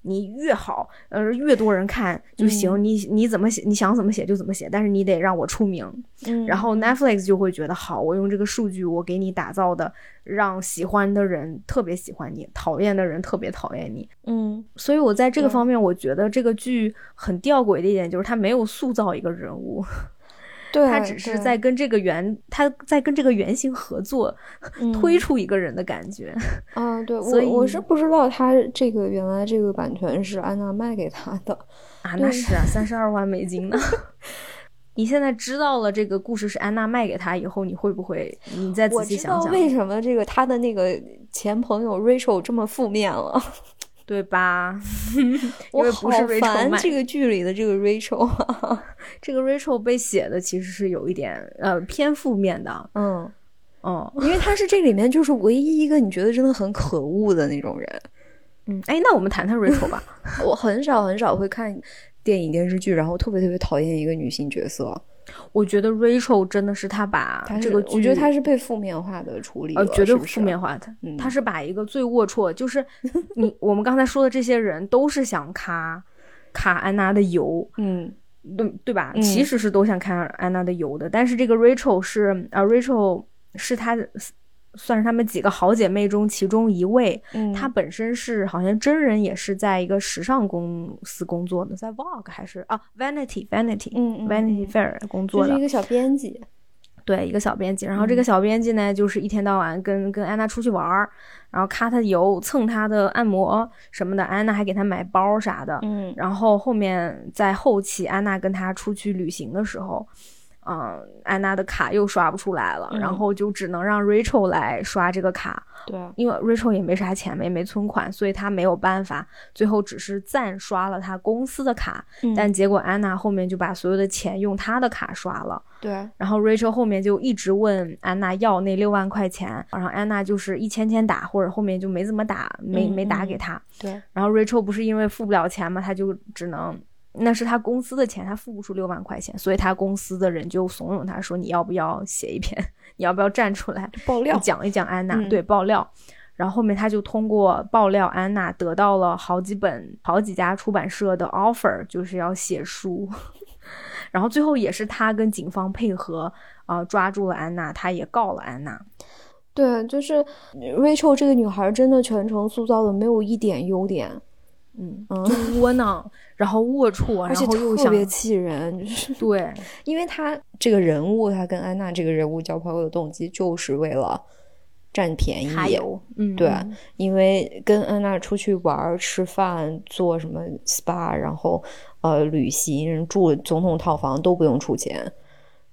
B: 你越好，呃，越多人看就行。
C: 嗯
B: 你你怎么写，你想怎么写就怎么写，但是你得让我出名。
C: 嗯
B: 然后 Netflix 就会觉得好，我用这个数据，我给你打造的，让喜欢的人特别喜欢你，讨厌的人特别讨厌你。
C: 嗯，
B: 所以我在这个
C: 对
B: 方面，我觉得这个剧很吊诡的一点就是，它没有塑造一个人物，
C: 对，
B: 它只是
C: 对
B: 在跟这个原，它在跟这个原型合作，
C: 嗯
B: 推出一个人的感觉。
C: 啊，对
B: 所
C: 我
B: 以
C: 我是不知道他这个原来这个版权是安娜卖给他的。
B: 啊，那是啊，三十二万美金呢。 你现在知道了这个故事是安娜卖给他以后，你会不会你再
C: 我
B: 仔细
C: 知
B: 想
C: 道
B: 想，
C: 为什么这个他的那个前朋友 Rachel 这么负面 了，
B: 对吧？ 因为
C: 我
B: 不
C: 好
B: 是 Rachel
C: 烦
B: 卖
C: 这个剧里的这个 Rachel 啊。
B: 这个 Rachel 被写的其实是有一点呃偏负面的，
C: 嗯，
B: 嗯
C: 因为他是这里面就是唯一一个你觉得真的很可恶的那种人。
B: 嗯，哎，那我们谈谈 Rachel 吧。
C: 我很少很少会看电影电视剧，然后特别特别讨厌一个女性角色。
B: 我觉得 Rachel 真的是她把
C: 她
B: 这
C: 是
B: 个剧，
C: 我觉得她是被负面化的处理了，
B: 呃绝对
C: 是不是
B: 负面。化的，
C: 嗯
B: 她是把一个最龌龊，就是 你我们刚才说的这些人都是想卡卡安娜的油，
C: 嗯，
B: 对对吧？
C: 嗯
B: 其实是都想看安娜的油的，但是这个 Rachel 是啊，Rachel 是她的算是她们几个好姐妹中其中一位，
C: 嗯
B: 她本身是好像真人也是在一个时尚公司工作的，在 Vogue 还是啊 Vanity Vanity
C: 嗯嗯
B: Vanity
C: 嗯
B: Fair 工
C: 就
B: 作
C: 是
B: 的
C: 一，个小编辑，
B: 对，一个小编辑。然后这
C: 嗯
B: 个小编辑呢，就是一天到晚跟跟安娜出去玩儿，然后揩她的油，蹭她的按摩什么的。安娜还给她买包啥的。
C: 嗯
B: 然后后面在后期，安娜跟她出去旅行的时候，嗯，安娜的卡又刷不出来了，然
C: 嗯
B: 后就只能让 Rachel 来刷这个卡，
C: 对，啊
B: 因为 Rachel 也没啥钱嘛，也没存款，所以她没有办法，最后只是暂刷了她公司的卡，
C: 嗯
B: 但结果安娜后面就把所有的钱用她的卡刷了。
C: 对，啊
B: 然后 Rachel 后面就一直问安娜要那六万块钱，然后安娜就是一千千打，或者后面就没怎么打，没
C: 嗯
B: 没打
C: 嗯
B: 给她。
C: 对，
B: 然后 Rachel 不是因为付不了钱嘛，她就只能那是她公司的钱，她付不出六万块钱，所以她公司的人就怂恿她说：“你要不要写一篇？ 你要不要站出来
C: 爆料，
B: 讲一讲安娜？”
C: 嗯
B: 对，爆料。然后后面她就通过爆料安娜得到了好几本、好几家出版社的 offer，就是要写书。 然后最后也是她跟警方配合，啊、抓住了安娜，她也告了安娜。
C: 对，就是 Rachel 这个女孩真的全程塑造的没有一点优点，
B: 嗯，
C: 嗯
B: 就窝囊，然后龌龊，
C: 而
B: 然
C: 且
B: 后又
C: 特
B: 想
C: 别气人，就是
B: 对，
C: 因为她这个人物，她跟安娜这个人物交朋友的动机就是为了占便宜，
B: 揩油，嗯，
C: 对
B: 嗯
C: 因为跟安娜出去玩儿、吃饭、做什么 SPA，然后呃旅行、住总统套房都不用出钱。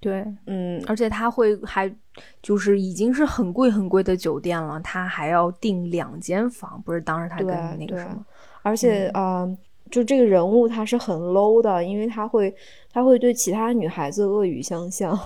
B: 对，
C: 嗯，
B: 而且他会还就是已经是很贵很贵的酒店了，他还要订两间房，不是当时他跟
C: 对
B: 那个
C: 对
B: 什么，
C: 而且啊、呃就这个人物他是很 low 的，因为他会他会对其他女孩子恶语相向，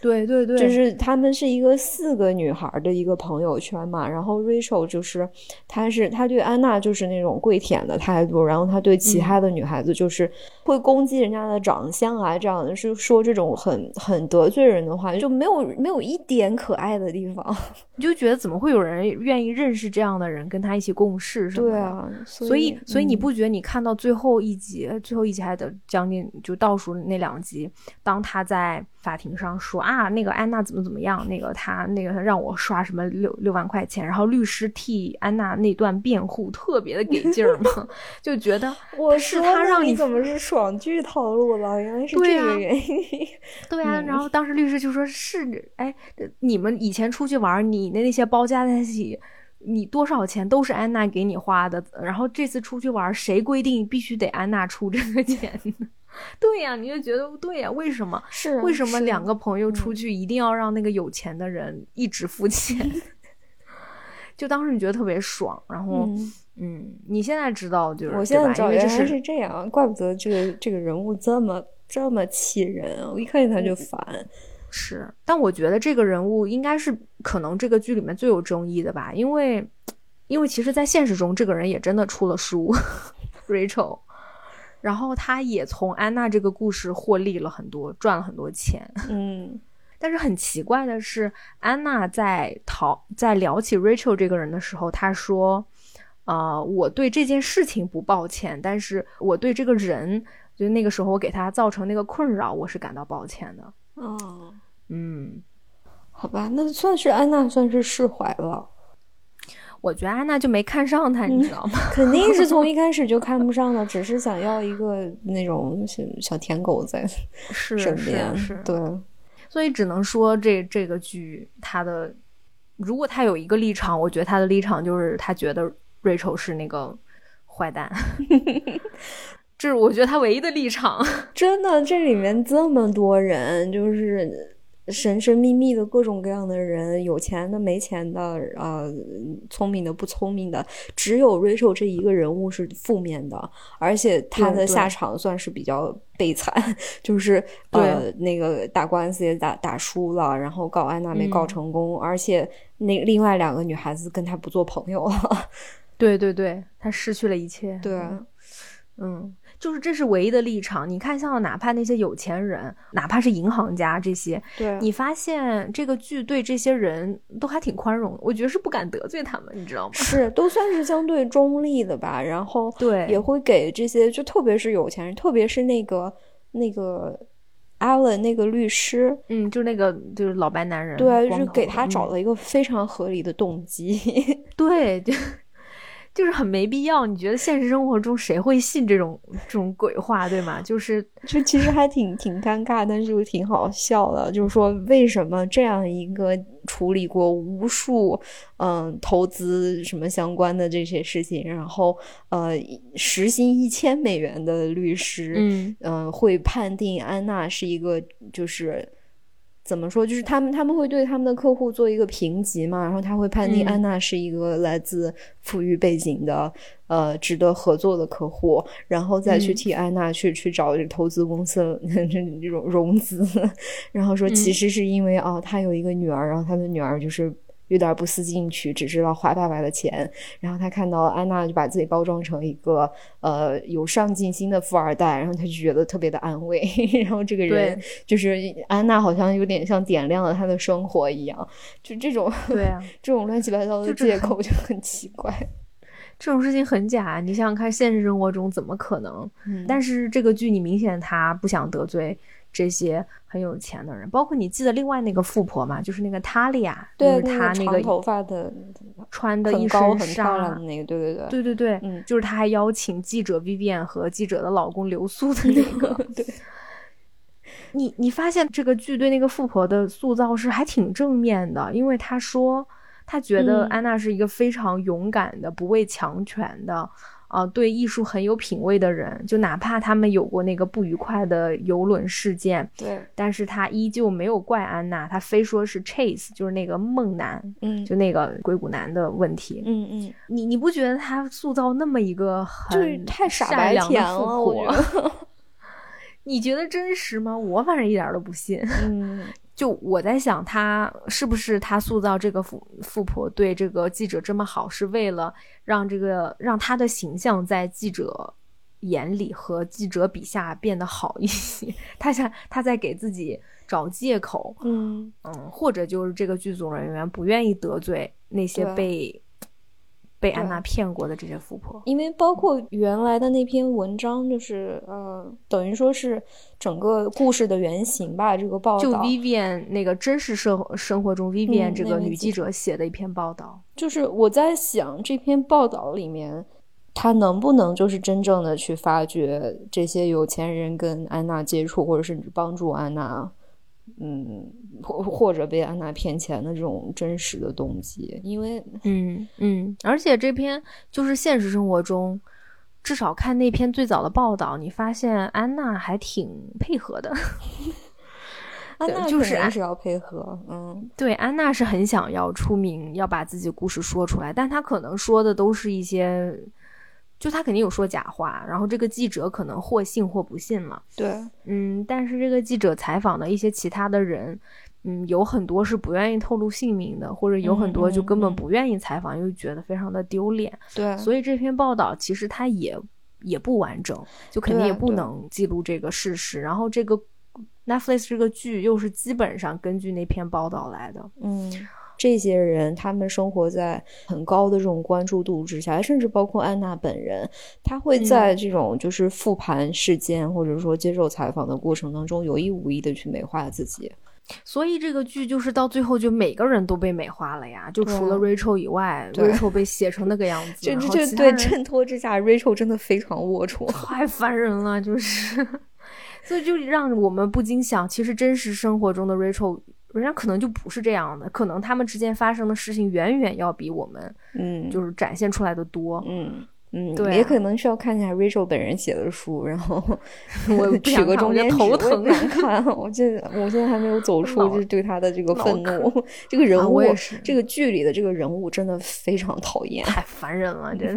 B: 对对对，
C: 就是他们是一个四个女孩的一个朋友圈嘛。然后 Rachel 就是她是她对安娜就是那种跪舔的态度，然后她对
B: 嗯
C: 其他的女孩子就是会攻击人家的长相啊，这样的是说这种很很得罪人的话，就没有没有一点可爱的地方。
B: 你就觉得怎么会有人愿意认识这样的人，跟他一起共事什么的。
C: 对啊，所
B: 所以，所以你
C: 嗯
B: 不觉得你看到最后一集，最后一集还得将近就倒数那两集，当他在法庭上说啊，那个安娜怎么怎么样，那个他那个他让我刷什么六六万块钱，然后律师替安娜那段辩护特别的给劲儿嘛， 就觉得
C: 我
B: 是
C: 说
B: 他
C: 呢
B: 让
C: 你
B: 你
C: 怎么是爽剧套路了？原来是
B: 对
C: 这
B: 啊
C: 个 原因。
B: 对啊，
C: 嗯
B: 然后当时律师就说：“是，哎，你们以前出去玩儿，你的那些包加在一起，你多少钱都是安娜给你花的。然后这次出去玩儿，谁规定必须得安娜出这个钱呢？ 对呀、你就觉得对呀、为什么？
C: 是啊嗯
B: 为什么两
C: 个？
B: 个朋友出去一定要让那个有钱的人一直付钱？ 就当时你觉得特别爽，然后
C: 嗯，
B: 嗯你现在知道就是
C: 我现在
B: 对吧
C: 知道
B: 因为
C: 原
B: 这是
C: 来是这样，怪不得这个这个人物这么这么气人啊！我一看见他就烦。
B: 是，但我觉得这个人物应该是可能这个剧里面最有争议的吧，因为，因为其实，在现实中，这个人也真的出了书 ，Rachel，然后他也从安娜这个故事获利了很多，赚了很多钱。
C: 嗯
B: 但是很奇怪的是，安娜在讨在聊起 Rachel 这个人的时候，她说：“呃，我对这件事情不抱歉，但是我对这个人，就那个时候我给他造成那个困扰，我是感到抱歉的。”
C: 哦，
B: 嗯。
C: 好吧，那算是安娜算是释怀了，
B: 我觉得安娜就没看上他，你知道吗？
C: 肯定是 从一开始就看不上了，只是想要一个那种小小舔狗在
B: 是
C: 身
B: 是
C: 边。
B: 是，
C: 对，
B: 所以只能说这这个剧他的，如果他有一个立场，我觉得他的立场就是他觉得 Rachel 是那个坏蛋，这是我觉得他唯一的立场。
C: 真的，这里面这么多人，就是神神秘秘的各种各样的人，有钱的、没钱的，呃，聪明的、不聪明的，只有 Rachel 这一个人物是负面的，而且他
B: 对对
C: 的下场算是比较悲惨， 就是呃，那个打官司也打打输了，然后告安娜没告
B: 嗯
C: 成功，而且那另外两个女孩子跟他不做朋友了，
B: 对对对，他失去了一切。
C: 对。啊
B: 嗯，就是这是唯一的立场。你看，像哪怕那些有钱人，哪怕是银行家这些，
C: 对
B: 你发现这个剧对这些人都还挺宽容的，我觉得是不敢得罪他们，你知道吗？
C: 是都算是相对中立的吧，然后
B: 对
C: 也会给这些，就特别是有钱人，特别是那个那个 Allen 那个律师，
B: 嗯，就那个就是老白男人，
C: 对，啊就
B: 光
C: 是
B: 头
C: 给他
B: 嗯
C: 找了一个非常合理的动机。
B: 对，就 就是很没必要。你觉得现实生活中谁会信这种这种鬼话，对吗？ 就是
C: 就其实还挺 挺尴尬，但是又挺好笑的。就是说，为什么这样一个处理过无数嗯投资什么相关的这些事情，然后呃一时薪一千美元的律师，
B: 嗯
C: 嗯、会判定安娜是一个就是。怎么说？就是他们他们会对他们的客户做一个评级嘛，然后他会判
B: 嗯
C: 定安娜是一个来自富裕背景的、呃值得合作的客户，然后再去
B: 嗯
C: 替安娜去、去找这个投资公司 这这种融资，然后说其
B: 嗯
C: 实是因为啊、哦，他有一个女儿，然后他的女儿就是有点不思进取，只知道花爸爸的钱，然后他看到安娜就把自己包装成一个呃有上进心的富二代，然后他就觉得特别的安慰， 然后这个人
B: 对
C: 就是安娜好像有点像点亮了他的生活一样，就这种
B: 对啊，
C: 这种乱七八糟的
B: 就这个
C: 借口就很奇怪，
B: 这种事情很假。你想想看，现实生活中怎么可能？
C: 嗯
B: 但是这个剧你明显他不想得罪这些很有钱的人，包括你记得另外那个富婆嘛，就是那个塔利亚，
C: 对
B: 就是她那
C: 长头
B: 个
C: 发的
B: 穿的
C: 很
B: 一
C: 高
B: 身
C: 很漂亮
B: 纱
C: 的。那个，对对对。
B: 啊对对对，
C: 嗯
B: 就是他还邀请记者 Vivian 和记者的老公刘苏 的那个，
C: 对，
B: 你你发现这个剧对那个富婆的塑造是还挺正面的，因为他说他觉得
C: 嗯
B: 安娜是一个非常勇敢的、不畏强权的，啊、对艺术很有品味的人。就哪怕他们有过那个不愉快的游轮事件，
C: 对，
B: 但是他依旧没有怪安娜，他非说是 Chase，就是那个梦男，
C: 嗯，
B: 就那个硅谷男的问题。
C: 嗯嗯，
B: 你你不觉得他塑造那么一个很
C: 就是太傻
B: 善
C: 白
B: 良的
C: 甜
B: 富
C: 了，我
B: 婆
C: 觉得。
B: 你觉得真实吗？我反正一点儿都不信。
C: 嗯，
B: 就我在想，他是不是他塑造这个富富婆对这个记者这么好，是为了让这个让他的形象在记者眼里和记者笔下变得好一些？ 他想他在给自己找借口，
C: 嗯，
B: 嗯，或者就是这个剧组人员不愿意得罪那些
C: 对
B: 被被安
C: 对
B: 娜骗过的这些富婆。
C: 因为包括原来的那篇文章，就是呃，等于说是整个故事的原型吧。这个报
B: 就
C: 道
B: Vivian 那个真实生活生活中
C: 嗯
B: ，Vivian 这
C: 那
B: 个
C: 位
B: 女记
C: 记
B: 者写的一篇报道，
C: 就是我在想这篇报道里面，他能不能就是真正的去发掘这些有钱人跟安娜接触，或者甚至帮助安娜，嗯，或或者被安娜骗钱的这种真实的动机？因为
B: 嗯嗯，而且这篇就是现实生活中，至少看那篇最早的报道，你发现安娜还挺配合的。
C: 安娜
B: 就是
C: 啊肯定
B: 安
C: 是要配合，嗯，
B: 对，安娜是很想要出名，要把自己故事说出来，但她可能说的都是一些，就她肯定有说假话，然后这个记者可能或信或不信嘛。
C: 对。
B: 嗯，但是这个记者采访的一些其他的人，嗯，有很多是不愿意透露姓名的，或者有很多就根
C: 嗯嗯
B: 本
C: 嗯
B: 不愿意采访，因为觉得非常的丢脸。
C: 对，
B: 所以这篇报道其实它也也不完整，就肯定
C: 对
B: 也不
C: 对
B: 能记录这个事实。然后这个 Netflix 这个剧又是基本上根据那篇报道来的，
C: 嗯，这些人他们生活在很高的这种关注度之下，甚至包括安娜本人，她会在这种就是复盘事件或者说接受采访的过程当中，有意无意的去美化自己。
B: 所以这个剧就是到最后就每个人都被美化了呀，就
C: 对啊
B: 除了 Rachel 以外
C: 对
B: ，Rachel 被写成那个样子，
C: 这
B: 然
C: 这
B: 后
C: 这
B: 其他
C: 对
B: 人
C: 衬托之下，Rachel 真的非常龌龊。
B: 太烦人了，就是，所以就让我们不禁想，其实真实生活中的 Rachel。人家可能就不是这样的，可能他们之间发生的事情远远要比我们
C: 嗯，
B: 就是展现出来的多。
C: 嗯。嗯，
B: 对啊
C: 也可能是要看一下 Rachel 本人写的书，然后
B: 我不
C: 取
B: 想
C: 个
B: 看
C: 中
B: 我觉得
C: 间值
B: 头
C: 我也
B: 疼
C: 不想看， 我这我现在还没有走出
B: 脑
C: 就是对他的这个
B: 脑
C: 愤
B: 壳
C: 怒， 这个人
B: 啊
C: 物
B: 我也是，
C: 这个剧里的这个人物真的非常讨厌。
B: 太烦人了，真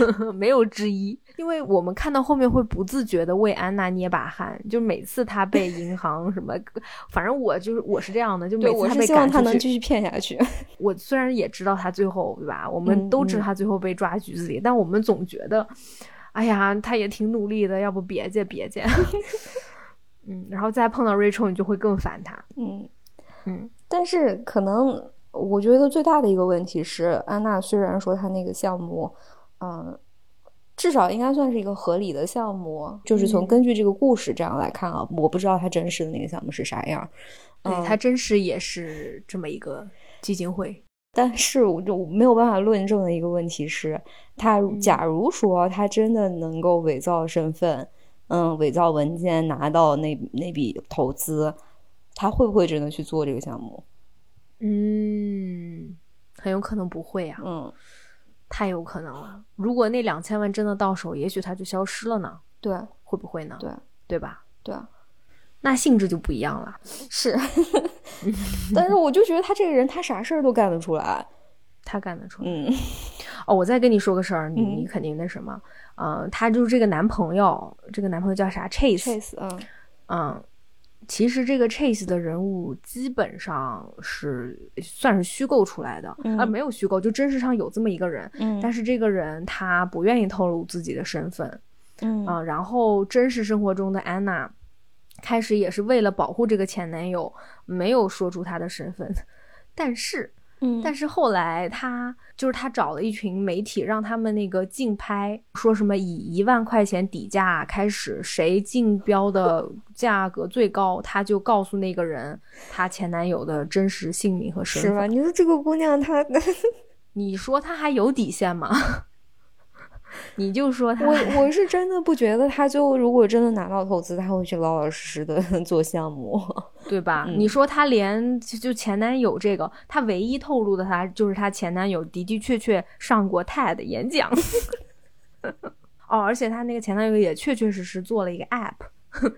B: 的 没有之一。嗯因为我们看到后面会不自觉的为安娜捏把汗，就每次她被银行什么， 反正我就是我是这样的，就每
C: 对，
B: 次
C: 我
B: 她
C: 是
B: 被
C: 希望
B: 赶
C: 他能
B: 出去，
C: 继续骗下去。
B: 我虽然也知道她最后对吧，我
C: 嗯
B: 们都知
C: 嗯
B: 道她最后被抓局子里，但我们总觉得，哎呀，她也挺努力的，要不别介别 介。嗯，然后再碰到 Rachel，你就会更烦她。
C: 嗯，
B: 嗯，
C: 但是可能我觉得最大的一个问题是，安娜虽然说她那个项目，嗯、至少应该算是一个合理的项目。就是从根据这个故事这样来看啊，我不知道它真实的那个项目是啥样。
B: 对，
C: 嗯
B: 它真实也是这么一个基金会。
C: 但是我就没有办法论证的一个问题是，他如假如说他真的能够伪造身份，嗯，伪造文件拿到那那笔投资，他会不会真的去做这个项目？
B: 嗯，很有可能不会啊，
C: 嗯，
B: 太有可能了。如果那两千万真的到手，也许它就消失了呢，
C: 对
B: 会不会呢？
C: 对
B: 对吧？
C: 对，
B: 那性质就不一样了。
C: 是。但是我就觉得他这个人，他啥事儿都干得出来。
B: 他干得出来。
C: 嗯
B: 哦，我再跟你说个事儿，你
C: 嗯
B: 你肯定那什么，嗯，她就是这个男朋友，这个男朋友叫啥？Chase，
C: ，Chase，嗯
B: 嗯，其实这个 Chase 的人物基本上是算是虚构出来的，
C: 嗯
B: 啊，没有虚构，就真实上有这么一个人，
C: 嗯
B: 但
C: 是
B: 是这个人他不愿意透露自己的身份
C: 嗯
B: 啊、然后真实生活中的安娜。开始也是为了保护这个前男友，没有说出她的身份，但是
C: 嗯
B: 但
C: 是
B: 是后来他就是他找了一群媒体，让他们那个竞拍，说什么以一万块钱底价开始，谁竞标的价格最高，他就告诉那个人她前男友的真实姓名和身
C: 是吧？
B: 份。
C: 你说这个姑娘 她，
B: 你说他还有底线吗？ 你就说他
C: 我我是真的不觉得她就如果真的拿到投资，她会去老老实实的 做项目。
B: 对吧？
C: 嗯
B: 你说她连就就前男友这个，她唯一透露的她就是她前男友的的确确上过 TED 演讲， 哦，而且她那个前男友也确确实实做了一个 app，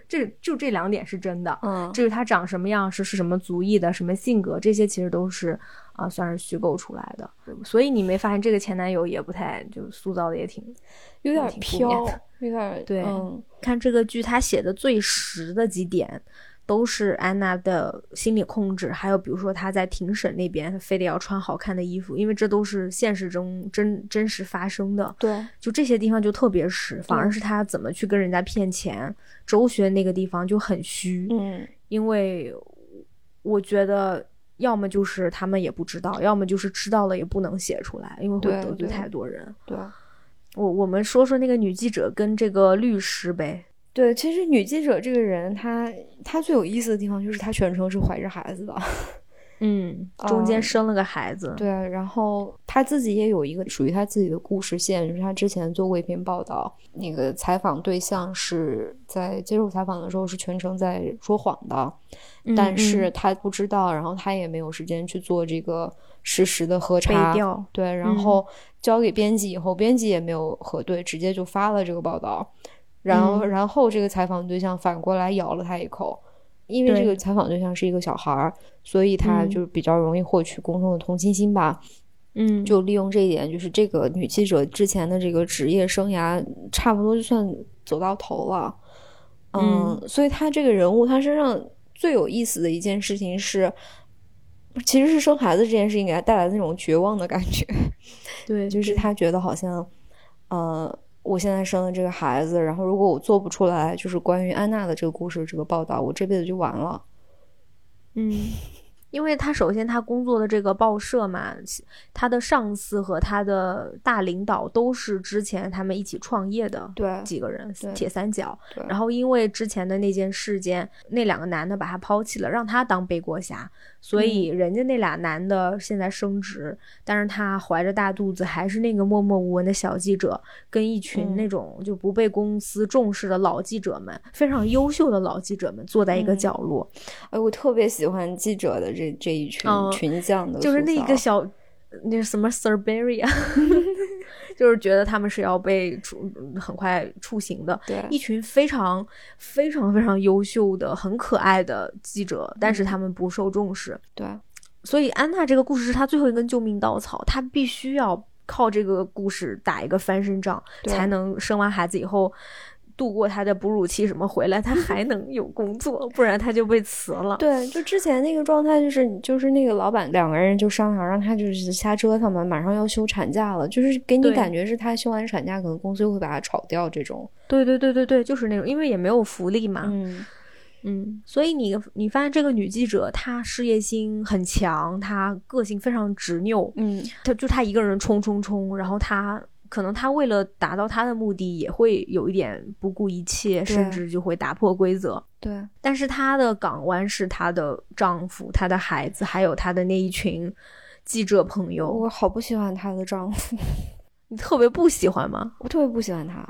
B: 这 就这两点是真的。
C: 嗯
B: 至于他长什么样，是是什么族裔的，什么性格，这些其实都是啊、算是虚构出来的。所以你没发现这个前男友也不太就塑造的也挺
C: 有点
B: 挺负
C: 飘
B: 面的，
C: 有点
B: 对
C: 嗯
B: 看这个剧，他写的最实的几点，都是安娜的心理控制，还有比如说她在庭审那边，她非得要穿好看的衣服，因为这都是现实中真真实发生的。
C: 对，嗯
B: 就这些地方就特别实，反而是她怎么去跟人家骗钱，周旋那个地方就很虚，
C: 嗯
B: 因为我觉得。要么就是他们也不知道，要么就是知道了也不能写出来，因为会
C: 对
B: 得罪
C: 对
B: 太多人。
C: 对。
B: 我我们说说那个女记者跟这个律师呗，
C: 对，其实女记者这个人，她她最有意思的地方就是她全程是怀着孩子的，
B: 嗯，中
C: 呃
B: 间生了个孩子，
C: 对，然后她自己也有一个属于她自己的故事线，就是她之前做过一篇报道，那个采访对象是在接受采访的时候是全程在说谎的，
B: 嗯
C: 但是她不知道，然后她也没有时间去做这个实时的核
B: 背
C: 查，
B: 调，
C: 对，然
B: 嗯
C: 后交给编辑以后，编辑也没有核对，直接就发了这个报道。然后，
B: 嗯
C: 然后这个采访对象反过来咬了他一口，因为这
B: 对
C: 个采访对象是一个小孩儿，所以他
B: 嗯
C: 就比较容易获取公众的同情心吧。
B: 嗯，
C: 就利用这一点，就是这个女记者之前的这个职业生涯，差不多就算走到头了。嗯，所以她这个人物，她身上最有意思的一件事情是，其实是生孩子这件事情给她带来的那种绝望的感觉。
B: 对，
C: 就是
B: 对，
C: 他觉得好像，呃，我现在生了这个孩子，然后如果我做不出来，就是关于安娜的这个故事这个报道，我这辈子就完了。
B: 嗯，因为他首先他工作的这个报社嘛，他的上司和他的大领导都是之前他们一起创业的
C: 对
B: 几个人
C: 对，
B: 铁三角
C: 对。
B: 然后因为之前的那件事件，那两个男的把他抛弃了，让他当背锅侠，所以
C: 嗯
B: 人家那俩男的现在升职，但是他怀着大肚子，还是那个默默无闻的小记者，跟一群
C: 嗯
B: 那种就不被公司重视的老记者们，非常优秀的老记者们坐在一个
C: 嗯
B: 角落，
C: 哎，我特别喜欢记者的这这一群、
B: 嗯
C: 群像的，
B: 就是那个。小，那什么 s e r b e r i a 就是觉得他们是要被处很快处刑的。
C: 对
B: 一群非常非常非常优秀的、很可爱的记者，但
C: 嗯
B: 是他们不受重视，
C: 对，
B: 所以安娜这个故事是她最后一根救命稻草，她必须要靠这个故事打一个翻身仗，
C: 对
B: 才能生完孩子以后度过她的哺乳期什么回来， 她还能有工作，不然她就被辞了。
C: 对，就之前那个状态，就是就是那个老板两个人就商量，让他就是瞎折腾嘛，马上要休产假了，就是给你
B: 对
C: 感觉是他休完产假，可能公司就会把他炒掉这种。
B: 对对对对对，就是那种，因为也没有福利嘛，
C: 嗯，
B: 嗯，所以你你发现这个女记者她事业心很强，她个性非常执拗，
C: 嗯，
B: 她就她一个人冲冲冲，然后她可能他为了达到他的目的，也会有一点不顾一切，甚至就会打破规则。
C: 对，
B: 但是她的港湾是她的丈夫、她的孩子，还有她的那一群记者朋友。
C: 我好不喜欢她的丈夫，
B: 你特别不喜欢吗？
C: 我特别不喜欢他，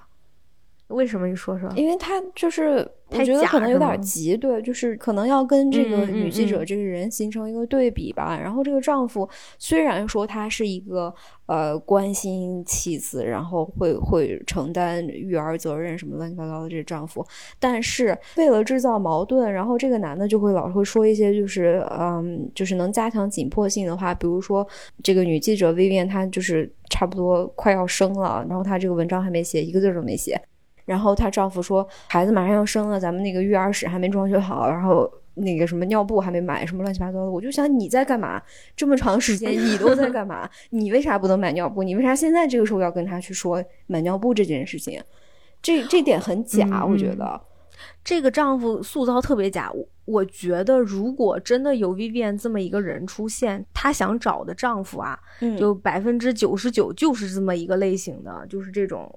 B: 为什么？你说说。
C: 因为他就是我
B: 太
C: 觉得
B: 假
C: 可能有
B: 是吗
C: 点急，对，就是可能要跟这个
B: 嗯嗯
C: 女记者
B: 嗯
C: 这个人形成一个对比吧。然后这个丈夫虽然说他是一个呃关心妻子，然后会会承担育儿责任什么乱七八糟的这个丈夫，但是为了制造矛盾，然后这个男的就会老会说一些就是嗯，就是能加强紧迫性的话，比如说这个女记者 Vivian 她就是差不多快要生了，然后她这个文章还没写，一个字儿都没写。然后她丈夫说孩子马上要生了，咱们那个育儿室还没装修好，然后。那个什么尿布还没买，什么乱七八糟的，我就想你在干嘛？这么长时间你都在干嘛？ 你为啥不能买尿布？你为啥现在这个时候要跟他去说买尿布这件事情？这这点很假，
B: 嗯
C: 我觉
B: 嗯
C: 得。
B: 这个丈夫塑造特别假。我我觉得，如果真的有 Vivian 这么一个人出现，她想找的丈夫啊，
C: 嗯
B: 就百分之九十九就是这么一个类型的，就是这种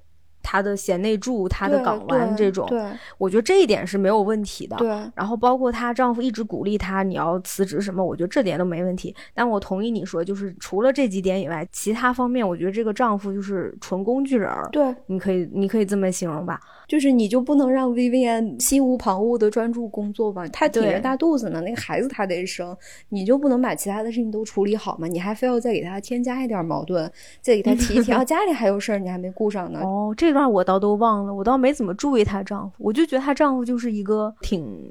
B: 他的贤内助、他的
C: 对
B: 港湾
C: 对
B: 这种。啊
C: 对
B: 我觉得这一点是没有问题的。
C: 对，
B: 然后包括她丈夫一直鼓励她你要辞职什么，我觉得这点都没问题。但我同意你说，就是除了这几点以外，其他方面我觉得这个丈夫就是纯工具人儿。
C: 对，
B: 你可以，你可以这么形容吧。
C: 就是你就不能让 Vivian 心无旁骛的专注工作吧？她挺
B: 对
C: 着大肚子呢，那个孩子她得生，你就不能把其他的事情都处理好吗？你还非要再给她添加一点矛盾，再给她提一提， 啊，家里还有事儿你还没顾上呢。
B: 哦，这段我倒都忘了，我倒没怎么注意她丈夫，我就觉得她丈夫就是一个挺，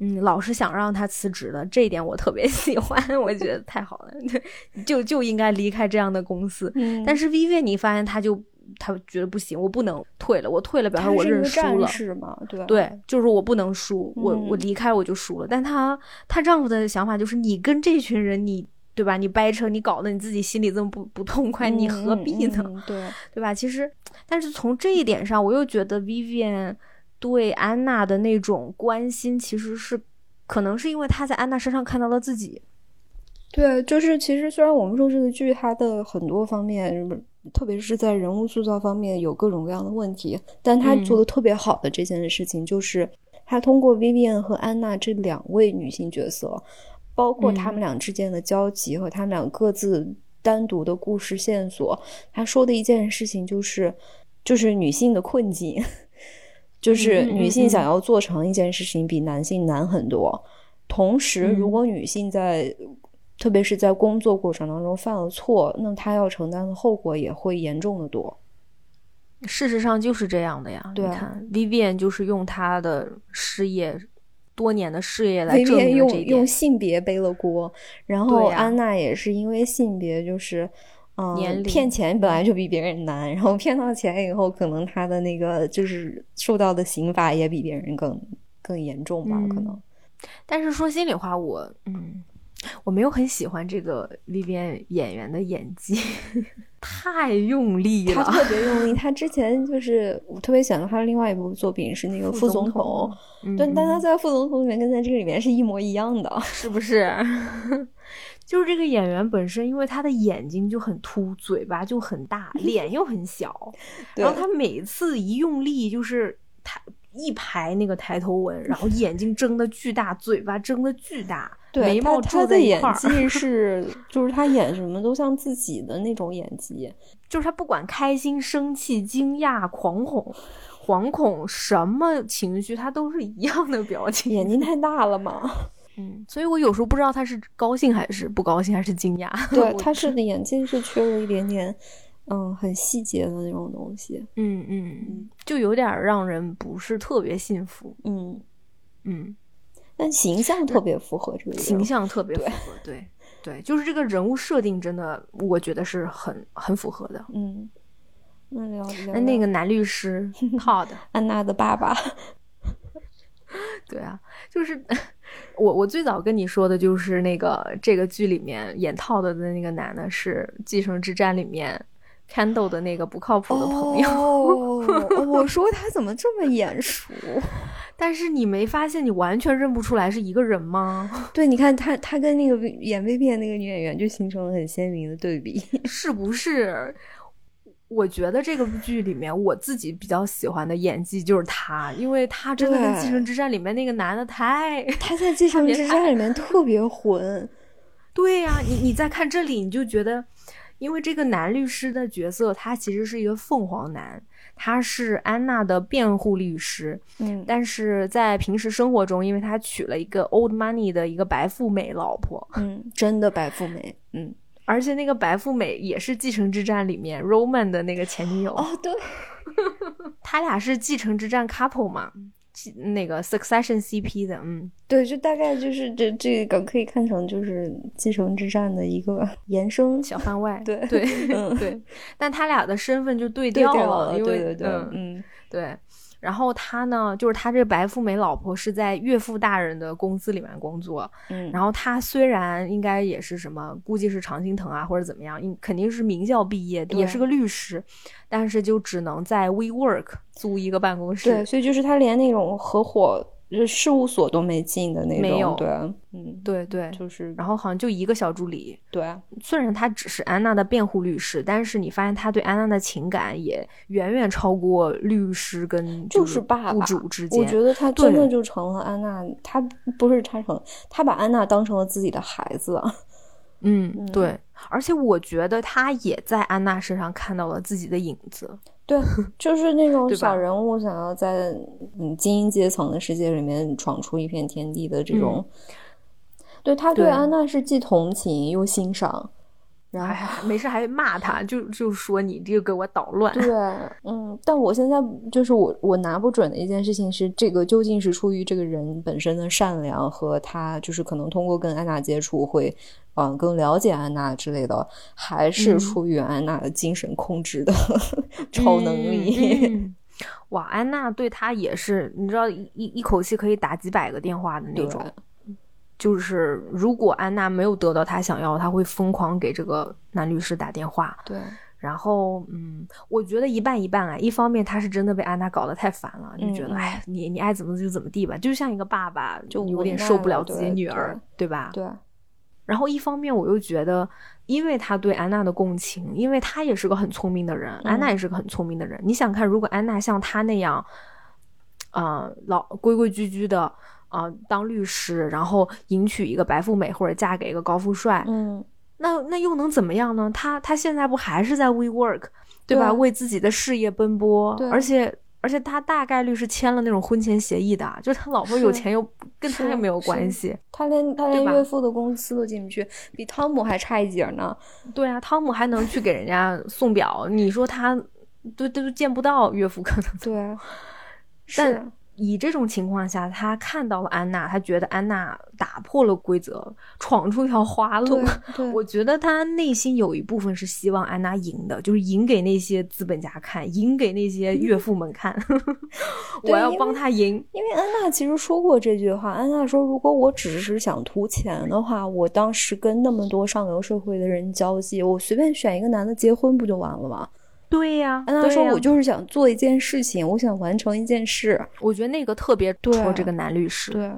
B: 嗯，老是想让她辞职的，这一点我特别 喜欢，我觉得太好了，对，就就应该离开这样的公司。
C: 嗯
B: 但是 Vivian，你发现她就她觉得不行，我不能退了，我退了表示
C: 她
B: 我
C: 是一
B: 认
C: 个
B: 输
C: 战
B: 了。
C: 士嘛，对
B: 对，就是我不能输，我
C: 嗯
B: 我离开我就输了。但她她丈夫的想法就是，你跟这群人你，对吧？你掰扯，你搞得你自己心里这么不不痛快，你何必呢？
C: 嗯嗯对，
B: 对吧？其实，但是从这一点上，我又觉得 Vivian 对安娜的那种关心，其实是可能是因为她在安娜身上看到了自己。
C: 对，就是其实虽然我们说这个剧它的很多方面，特别是在人物塑造方面有各种各样的问题，但它
B: 嗯
C: 做的特别好的这件事情就是，它通过 Vivian 和安娜这两位女性角色，包括她
B: 嗯
C: 们俩之间的交集和她们俩各自单独的故事线索，他说的一件事情就是，就是女性的困境， 就是
B: 嗯嗯
C: 女
B: 嗯
C: 性想要做成一件事情比男性难很多。同时，
B: 嗯
C: 如果女性在，特别是在工作过程当中犯了错，那她要承担的后果也会严重的多。
B: 事实上就是这样的呀。
C: 对
B: 你看 Vivian 就是用她的事业，多年的事业来
C: 薇
B: 证
C: 薇
B: 明了
C: 用
B: 这一
C: 用
B: 点。
C: 性别背了锅，然后
B: 对呀
C: 安娜也是因为性别就是。嗯
B: 年龄，嗯
C: 骗钱本来就比别人难，然后骗到钱以后，可能她的那个就是受到的刑罚也比别人更更严重吧，
B: 嗯
C: 可能。
B: 但是说心里话，我嗯，我没有很喜欢这个 Vivian 演员的演技， 太用力
C: 她
B: 了。
C: 特别用力，她之前就是我特别喜欢她的另外一部作品是那个副总统，，
B: 嗯、
C: 对，
B: 嗯
C: 但她在副总统里面跟在这个里面是一模一样 的。
B: 是不 是？就是这个演员本身，因为他的眼睛就很凸，嘴巴就很大，脸又很小，
C: 嗯对
B: 然后他每次一用力，就是他一排那个抬头纹，然后眼睛睁得巨大，嘴巴睁得巨大，
C: 对，
B: 眉
C: 她
B: 毛
C: 她
B: 皱
C: 的
B: 在一
C: 演
B: 块儿，
C: 技是，就是她演什么都像自己的那种演 技。
B: 就是他不管开心、生气、惊讶、狂恐、惶恐，什么情绪他都是一样的表情，
C: 眼睛太大了嘛？
B: 嗯，所以我有时候不知道他是高兴还是不高兴，还是惊讶。
C: 对，
B: 我
C: 他是眼睛是缺了一点点，嗯，很细节的那种东西。
B: 嗯嗯，就有点儿让人不是特别信服。
C: 嗯，
B: 嗯，
C: 但形象特别符合这个人
B: 形。象特别符
C: 对
B: 合，对对，就是这个人物设定真的，我觉得是很很符合的。
C: 嗯，那聊聊
B: 那那个男律 师 Todd，
C: 安娜的爸爸，
B: 对啊，就是 我我最早跟你说的就是那个这个剧里面演 Todd 的那个男的是《继承之战》里面 Candle 的那个不靠谱的朋友。
C: 哦，我说他怎么这么眼熟？
B: 但是你没发现你完全认不出来是一个人吗？
C: 对，你看他，他跟那个演薇变那个女演员就形成了很鲜明的对比。
B: 是不是？我觉得这个剧里面我自己比较喜欢的演技就是他，因为他真的跟《
C: 对
B: 继承之战》里面那个男的太……
C: 他在《继承之战》里面特别混，
B: 对呀、你你再看这里，你就觉得，因为这个男律师的角色，他其实是一个凤凰男，他是安娜的辩护律师，
C: 嗯，
B: 但是在平时生活中，因为他娶了一个 old money 的一个白富美老婆，
C: 嗯，真的白富美，嗯，
B: 而且那个白富美也是《继承之战》里面 Roman 的那个前女友，
C: 哦，对，
B: 他俩是《继承之战》couple 嘛，继那个 Succession CP 的，嗯，
C: 对，就大概就是这这个可以看成就是《继承之战》的一个 延伸，
B: 小番外，
C: 对
B: 对、
C: 嗯
B: 对，但他俩的身份就对
C: 对
B: 调
C: 调
B: 因为
C: 对对对，
B: 嗯
C: 嗯
B: 对。然后他呢，就是他这白富美老婆是在岳父大人的公司里面工作。
C: 嗯，
B: 然后他虽然应该也是什么，估计是常青藤啊或者怎么样，应肯定是名校毕业，
C: 对
B: 也是个律师，但是就只能在 WeWork 租一个办公室。
C: 对，所以就是他连那种合伙就是事务所都没进的那
B: 没有
C: 种，对，嗯，
B: 对对
C: 就是
B: 然后好像就一个小助理。
C: 对啊，
B: 虽然他只是安娜的辩护律师，但是你发现他对安娜的情感也远远超过律师跟
C: 就是爸爸
B: 雇主之间。
C: 我觉得他真
B: 对
C: 的就成了安娜，他不是他成，他把安娜当成了自己的孩子。啊
B: 嗯，
C: 嗯
B: 对，而且我觉得他也在安娜身上看到了自己的影子。
C: 对，就是那种
B: 对吧
C: 小人物想要在嗯精英阶层的世界里面闯出一片天地的这种。对他对
B: 嗯对
C: 安娜是既同情又欣赏，然
B: 哎
C: 后
B: 呀，没事还骂他，就就说你这个给我捣乱。
C: 对，嗯，但我现在就是我我拿不准的一件事情是，这个究竟是出于这个人本身的善良和他就是可能通过跟安娜接触会，嗯、更了解安娜之类的，还
B: 嗯
C: 是出于安娜的精神控制的 超能力？
B: 嗯嗯 哇，安娜对他也是，你知道一一一口气可以打几百个电话的那
C: 对
B: 种。就是如果安娜没有得到她想要，她会疯狂给这个男律师打电话。
C: 对，
B: 然后，嗯，我觉得一半一半啊。一方面，他是真的被安娜搞得太烦了，就
C: 嗯
B: 觉得，
C: 嗯
B: 哎，你你爱怎么就怎么地吧，就像一个爸爸，
C: 就
B: 有
C: 无
B: 点
C: 奈
B: 受不
C: 了
B: 了自己
C: 对
B: 女儿，对吧？
C: 对，
B: 然后一方面我又觉得，因为他对安娜的共情，因为他也是个很聪明的人，安
C: 嗯
B: 娜也是个很聪明的人。你想看，如果安娜像他那样，呃，老规规矩矩的，呃，当律师，然后迎娶一个白富美或者嫁给一个高富帅，
C: 嗯，
B: 那那又能怎么样呢？他他现在不还是在 WeWork 对
C: 对
B: 吧？
C: 啊
B: 为自己的事业奔波，
C: 对啊
B: 而且而且他大概率是签了那种婚前协议的，啊就是他老婆有
C: 是
B: 钱又跟他
C: 是
B: 又没有
C: 是
B: 关系。
C: 他连他
B: 对
C: 连
B: 吧
C: 岳父的公司都进不去，比汤姆还差一截儿呢。
B: 对啊，汤姆还能去给人家送表，你说他都都见不到岳父，可能
C: 对，是
B: 啊
C: 啊
B: 但。以这种情况下，他看到了安娜，他觉得安娜打破了规则，闯出一条花路
C: 对。 对，
B: 我觉得他内心有一部分是希望安娜赢的，就是赢给那些资本家看，赢给那些岳父们看。
C: 对
B: 我要
C: 因为
B: 帮他赢。
C: 因为安娜其实说过这句话，安娜说，如果我只是想图钱的话，我当时跟那么多上流社会的人交际，我随便选一个男的结婚不就完了吗？
B: 对呀、
C: 安娜
B: 对
C: 说，
B: 呀
C: 我就是想做一件事情，我想完成一件事。
B: 我觉得那个特别
C: 对
B: 戳这个男律师。
C: 对，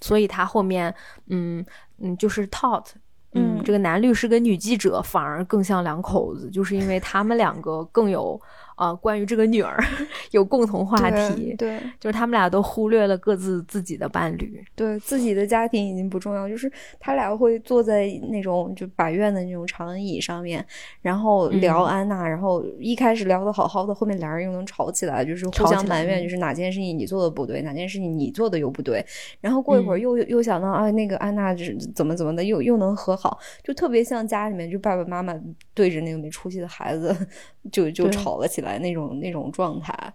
B: 所以他后面，嗯嗯，就是 Todd，嗯，
C: 嗯
B: 这个男律师跟女记者反而更像两口子，就是因为他们两个更有啊、呃关于这个女儿 有共同话题，
C: 对
B: 就是他们俩都忽略了各自自己的伴侣。
C: 对，自己的家庭已经不重要，就是他俩会坐在那种就百院的那种长椅上面，然后聊
B: 嗯
C: 安娜，然后一开始聊的好好的，后面俩人又能吵起来，就是
B: 吵
C: 互
B: 起
C: 相
B: 来
C: 埋怨，
B: 嗯
C: 就是哪件事情你做的不对，哪件事情你做的又不对，然后过一会儿
B: 嗯
C: 又、又想到啊，那个安娜就是怎么怎么的，又又能和好，就特别像家里面就爸爸妈妈对着那个没出息的孩子 就就
B: 对
C: 吵了起来那种那种状态。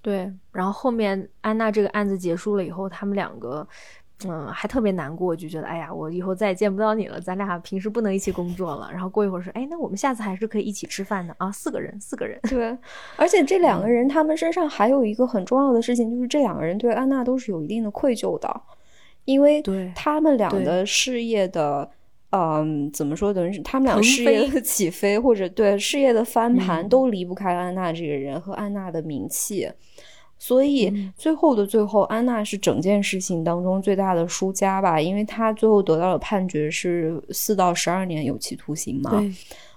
B: 对，然后后面安娜这个案子结束了以后，他们两个。嗯，还特别难过，就觉得哎呀，我以后再也见不到你了，咱俩平时不能一起工作了。然后过一会儿说，哎，那我们下次还是可以一起吃饭的啊，四个人，四个人。
C: 对，而且这两个人他们身上还有一个很重要的事情，就是这两个人对安娜都是有一定的愧疚的，因为
B: 对
C: 他们俩
B: 对
C: 的事业的，嗯，怎么说，等于是他们俩
B: 腾
C: 事业
B: 飞
C: 的 起飞或者对事业的翻盘
B: 嗯
C: 都离不开安娜这个人和安娜的名气。所以
B: 嗯
C: 最后的最后，安娜是整件事情当中最大的输
B: 啊
C: 家吧，因为她最后得到的判决是四到十二年有期徒刑嘛。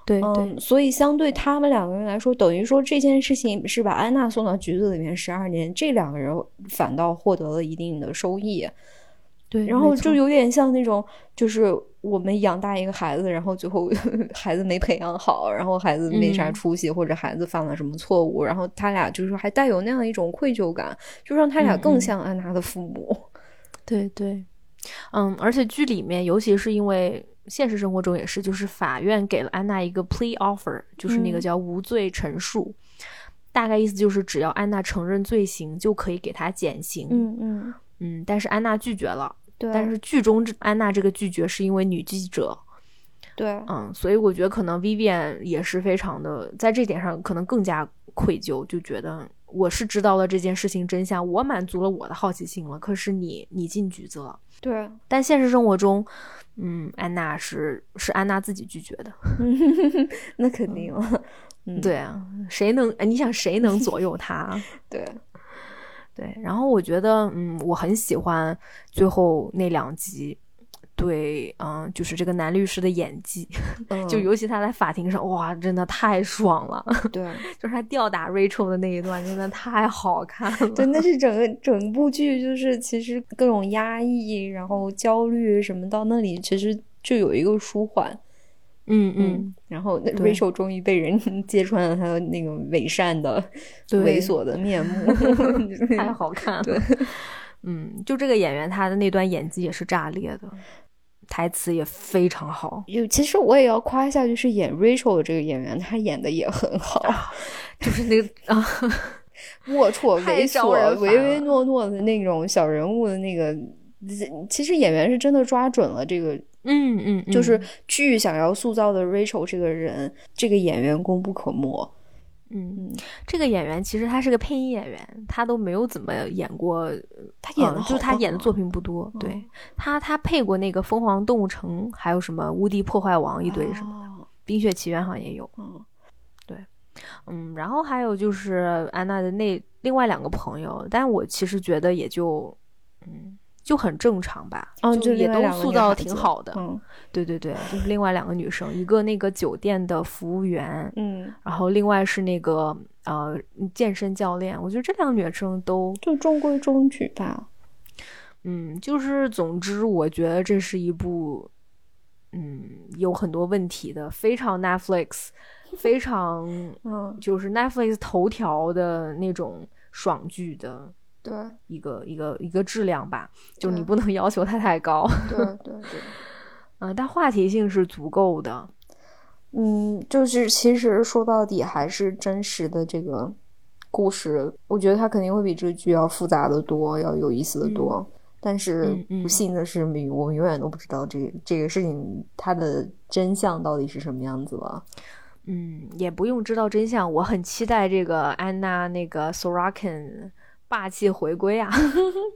B: 对，对对，
C: 嗯，所以相对他们两个人来说，等于说这件事情是把安娜送到局子里面十二年，这两个人反倒获得了一定的收益。
B: 对，
C: 然后
B: 没
C: 就
B: 错
C: 有点像那种，就是我们养大一个孩子，然后最后 孩子没培养好，然后孩子没啥
B: 嗯
C: 出息，或者孩子犯了什么错误，然后他俩就是还带有那样一种愧疚感，就让他俩
B: 嗯
C: 更
B: 嗯
C: 像安娜的父母。
B: 对对，嗯，而且剧里面，尤其是因为现实生活中也是，就是法院给了安娜一个 plea offer，就是那个
C: 嗯
B: 叫无罪陈述，大概意思就是只要安娜承认罪行，就可以给她减刑。
C: 嗯嗯，
B: 嗯但是安娜拒绝了。
C: 对，
B: 但是剧中这安娜这个拒绝是因为女记者，
C: 对，
B: 嗯，所以我觉得可能 Vivian 也是非常的在这点上可能更加愧疚，就觉得我是知道了这件事情真相，我满足了我的好奇心了，可是你你进局子了。
C: 对，
B: 但现实生活中，嗯，安娜是是安娜自己拒绝的。
C: 那肯定了。 嗯，
B: 对啊，谁能哎你想谁能左右她 啊？
C: 对，
B: 对，然后我觉得，嗯，我很喜欢最后那两集。对，嗯，就是这个男律师的演技，
C: 嗯
B: 就尤其他在法庭上，哇，真的太爽了！
C: 对。
B: 就是他吊打 Rachel 的那一段，真的太好看了。
C: 对，那是整个整部剧，就是其实各种压抑，然后焦虑什么，到那里其实就有一个舒缓。
B: 嗯嗯，，
C: 然后那
B: 对
C: Rachel 终于被人 揭穿了她的那个伪善的、
B: 对
C: 猥琐的面目，
B: 太好看 了。嗯，就这个演员，他的那段演技也是炸裂的，台词也非常好。
C: 有，其实我也要夸一下，就是演 Rachel 的这个演员，她演的也很好，
B: 就是 那个啊，
C: 龌龊、
B: 太
C: 猥
B: 招人
C: 琐、
B: 烦
C: 唯唯
B: 了
C: 诺诺的那种小人物的那个，其实演员是真的抓准了这个
B: 嗯嗯，嗯
C: 就是剧想要塑造的 Rachel 这个人，这个演员功不可没。
B: 嗯，
C: 嗯，
B: 这个演员其实他是个配音演员，他都没有怎么演过，
C: 他演的
B: 嗯
C: 好
B: 就他演的
C: 棒啊
B: 作品不多。对
C: 嗯
B: 他，他配过那个《疯狂动物城》，还有什么《无敌破坏王》一堆什么，
C: 么
B: 《冰雪奇缘》好像也有。
C: 的。嗯
B: 嗯，然后还有就是安娜的那另外两个朋友，但我其实觉得也就，嗯，就很正常吧，
C: 哦就
B: 就也
C: 另外
B: 都
C: 两个
B: 塑
C: 女
B: 造
C: 孩
B: 的挺
C: 子
B: 好的。
C: 嗯
B: 对对对，就是另外两个女生，一个那个酒店的服务员，
C: 嗯，
B: 然后另外是那个呃健身教练。我觉得这两个女生都，
C: 就中规中矩吧。
B: 嗯，就是总之，我觉得这是一部，嗯，有很多问题的，非常 Netflix，非常
C: 嗯，
B: 就是 Netflix 头条的那种爽剧的
C: 对
B: 一个一个一个质量吧，就是你
C: 对
B: 不能 要求它太高，
C: 对对对。
B: 嗯，但话题性是足够的，
C: 嗯，就是其实说到底还是真实的这个故事，我觉得它肯定会比这个剧要复杂的多，要有意思的多。但是
B: 嗯嗯
C: 不幸的是，没我们永远都不知道这个这个事情它的真相到底是什么样子了。
B: 嗯，也不用知道真相，我很期待这个安娜那个 Sorokin 霸气回归啊，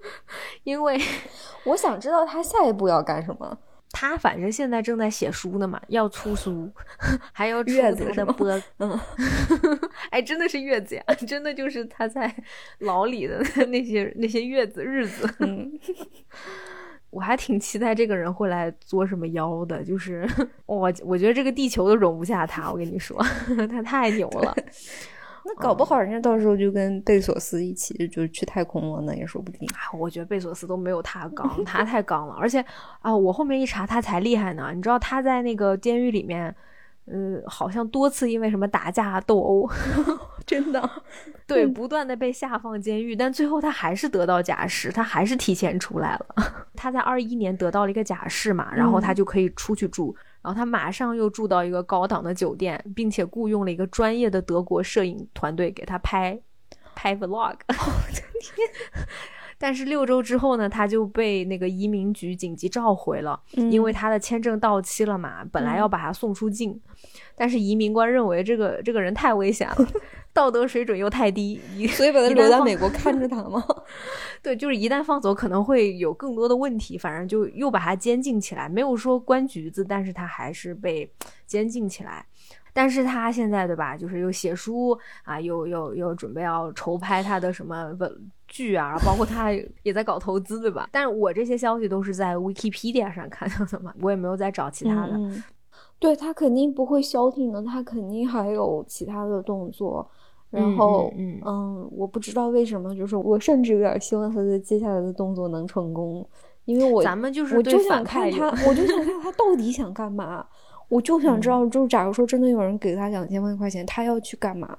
B: 因为
C: 我想知道他下一步要干什么。
B: 她反正现在正在写书呢嘛，要出书， 还要出
C: 月子
B: 她
C: 是
B: 的
C: 吗
B: 播，
C: 嗯，
B: 哎，真的是月子呀，真的就是她在牢里的 那些那些月子日子，
C: 嗯，
B: 我还挺期待这个人会来作什么妖的，就是我我觉得这个地球都容不下他，我跟你说， 他太牛了。
C: 那搞不好人家到时候就跟贝索斯一起就去太空了呢，也说不定。
B: 啊我觉得贝索斯都没有他刚，他太刚了。而且啊，我后面一查他才厉害呢，你知道他在那个监狱里面，呃，好像多次因为什么打架斗殴，
C: 真的，
B: 对，不断的被下放监狱，但最后他还是得到假释，他还是提前出来了。 他在二一年得到了一个假释嘛，然后他就可以出去住，然后他马上又住到一个高档的酒店，并且雇佣了一个专业的德国摄影团队给他拍拍 vlog。但是六周之后呢，他就被那个移民局紧急召回了，
C: 嗯
B: 因为他的签证到期了嘛，本来要把他送出境，但是移民官认为这个这个人太危险了，道德水准又太低，一
C: 所以把他
B: 一
C: 留
B: 旦
C: 在
B: 放
C: 美国看着他 吗？
B: 对，就是一旦放走可能会有更多的问题，反正就又把他监禁起来，没有说关橘子，但是他还是被监禁起来。但是他现在对吧，就是又写书啊，又又又准备要筹拍他的什么文剧啊，包括他也在搞投资对吧？但是我这些消息都是在 Wikipedia 上看到的嘛，我也没有再找其他的。
C: 嗯嗯对他肯定不会消停的，他肯定还有其他的动作。然后，
B: 嗯嗯
C: 我不知道为什么，就是我甚至有点希望他的接下来的动作能成功，因为我
B: 咱们就是
C: 我
B: 对
C: 就
B: 反
C: 想看
B: 派有
C: 他，我就想看他到底想干嘛，我就想
B: 嗯
C: 知道，就假如说真的有人给他两千万块钱，他要去干嘛？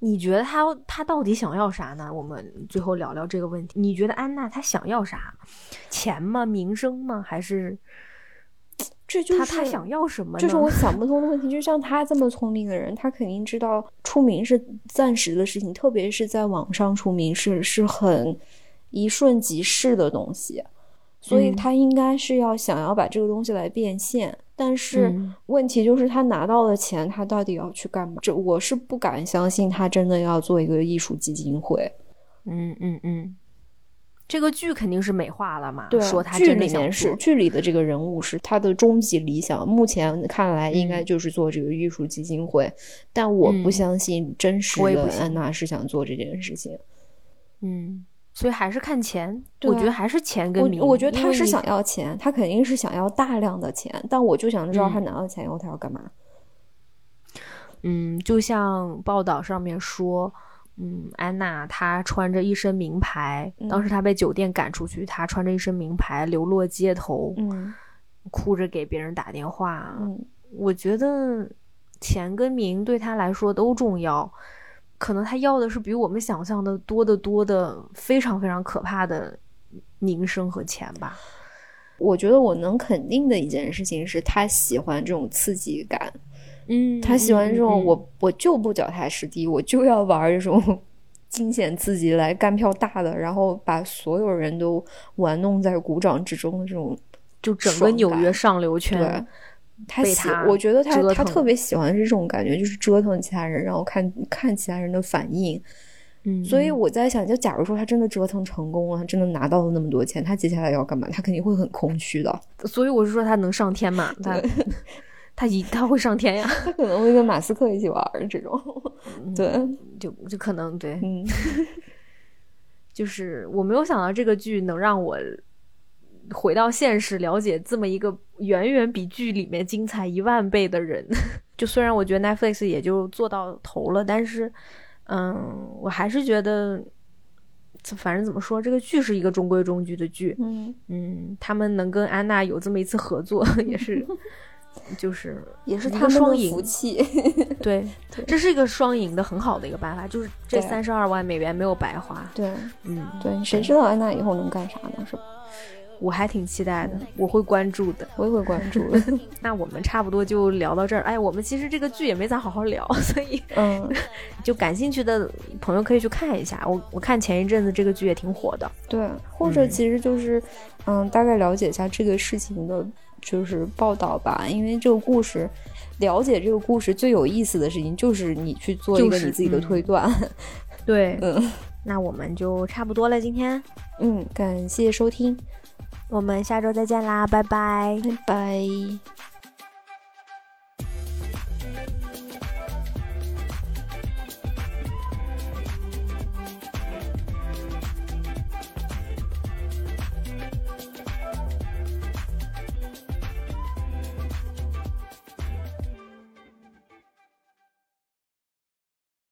B: 你觉得他他到底想要啥呢？我们最后聊聊这个问题。你觉得安娜她想要啥？钱吗？名声吗？还是
C: 这就是
B: 她她想要什么呢？
C: 这是我想不通的问题。就像他这么聪明的人，他肯定知道出名是暂时的事情，特别是在网上出名是是很一瞬即逝的东西，所以
B: 嗯
C: 他应该是要想要把这个东西来变现。但是
B: 嗯
C: 问题就是，他拿到了钱，他到底要去干嘛？这我是不敢相信，他真的要做一个艺术基金会。
B: 嗯嗯嗯，这个剧肯定是美化了嘛，
C: 对，
B: 说她
C: 剧
B: 真的
C: 里
B: 想
C: 面是
B: 做
C: 剧里的这个人物是他的终极理想，目前看来应该
B: 嗯
C: 就是做这个艺术基金会，但我不
B: 嗯
C: 相信真实
B: 我也
C: 的
B: 不信
C: 安娜是想做这件事情。
B: 嗯，所以还是看钱。
C: 对啊
B: 我觉得还是钱跟名。
C: 我我觉得
B: 因
C: 他
B: 为
C: 是
B: 你
C: 想要钱，他肯定是想要大量的钱，但我就想知道他拿到钱以后他要干嘛。
B: 嗯，就像报道上面说，嗯，安娜她穿着一身名牌，
C: 嗯
B: 当时她被酒店赶出去，她穿着一身名牌流落街头，
C: 嗯
B: 哭着给别人打电话。啊
C: 嗯，
B: 我觉得钱跟名对她来说都重要，可能她要的是比我们想象的多得多的，非常非常可怕的名声和钱吧。
C: 我觉得我能肯定的一件事情是他喜欢这种刺激感，
B: 嗯，
C: 他喜欢这种
B: 嗯
C: 我、我就不脚踏实地，我就要玩这种 惊险刺激来干票大的，然后把所有人都玩弄在鼓掌之中的这种。
B: 就整个
C: 爽
B: 纽约
C: 感
B: 上流
C: 对
B: 圈，，嗯
C: 他
B: 被
C: 喜
B: 他，
C: 我觉得
B: 折
C: 他他
B: 腾
C: 特别喜欢这种感觉，就是折腾其他人，然后看看其他人的反应。
B: 嗯，
C: 所以
B: 嗯
C: 我在想，就假如说他真的折腾成功了，他真的拿到了那么多钱，他接下来要干嘛？他肯定会很空虚的，
B: 所以我是说他能上天嘛？他他一他会上天呀？
C: 他可能会跟马斯克一起玩儿这种。
B: 嗯
C: 对，
B: 就就可能对，
C: 嗯，
B: 就是我没有想到这个剧能让我回到现实，了解这么一个远远比剧里面精彩一万倍的人。 就虽然我觉得 Netflix 也就做到头了，但是，嗯，我还是觉得，反正怎么说，这个剧是一个中规中矩的剧。
C: 嗯，
B: 嗯，他们能跟安娜有这么一次合作， 也是，就是
C: 也是
B: 一个
C: 他们
B: 双
C: 的
B: 赢
C: 福气。
B: 对，啊这是一个双赢的很好的一个办法，就是这
C: 对
B: 三十二万美元没有白花。
C: 对
B: 嗯，
C: 对，谁知道安娜以后能干啥呢？是吧？
B: 我还挺期待的，我会关注的。
C: 我也会关 注的。
B: 那我们差不多就聊到这儿。哎，我们其实这个剧也没咋好好聊， 所以
C: 嗯，
B: 就感兴趣的朋友可以去看一下。我我看前一阵子这个剧也挺火的。
C: 对，或者其实就是，嗯，大概了解一下这个事情的，就是报道吧，因为这个故事，了解这个故事最有意思的事情就是你去做一
B: 就
C: 个
B: 是
C: 你自己的
B: 嗯
C: 推断。
B: 对，
C: 嗯
B: 那我们就差不多了，今天
C: 嗯，感谢收听，
B: 我们下周再见啦，拜拜。
C: 拜拜。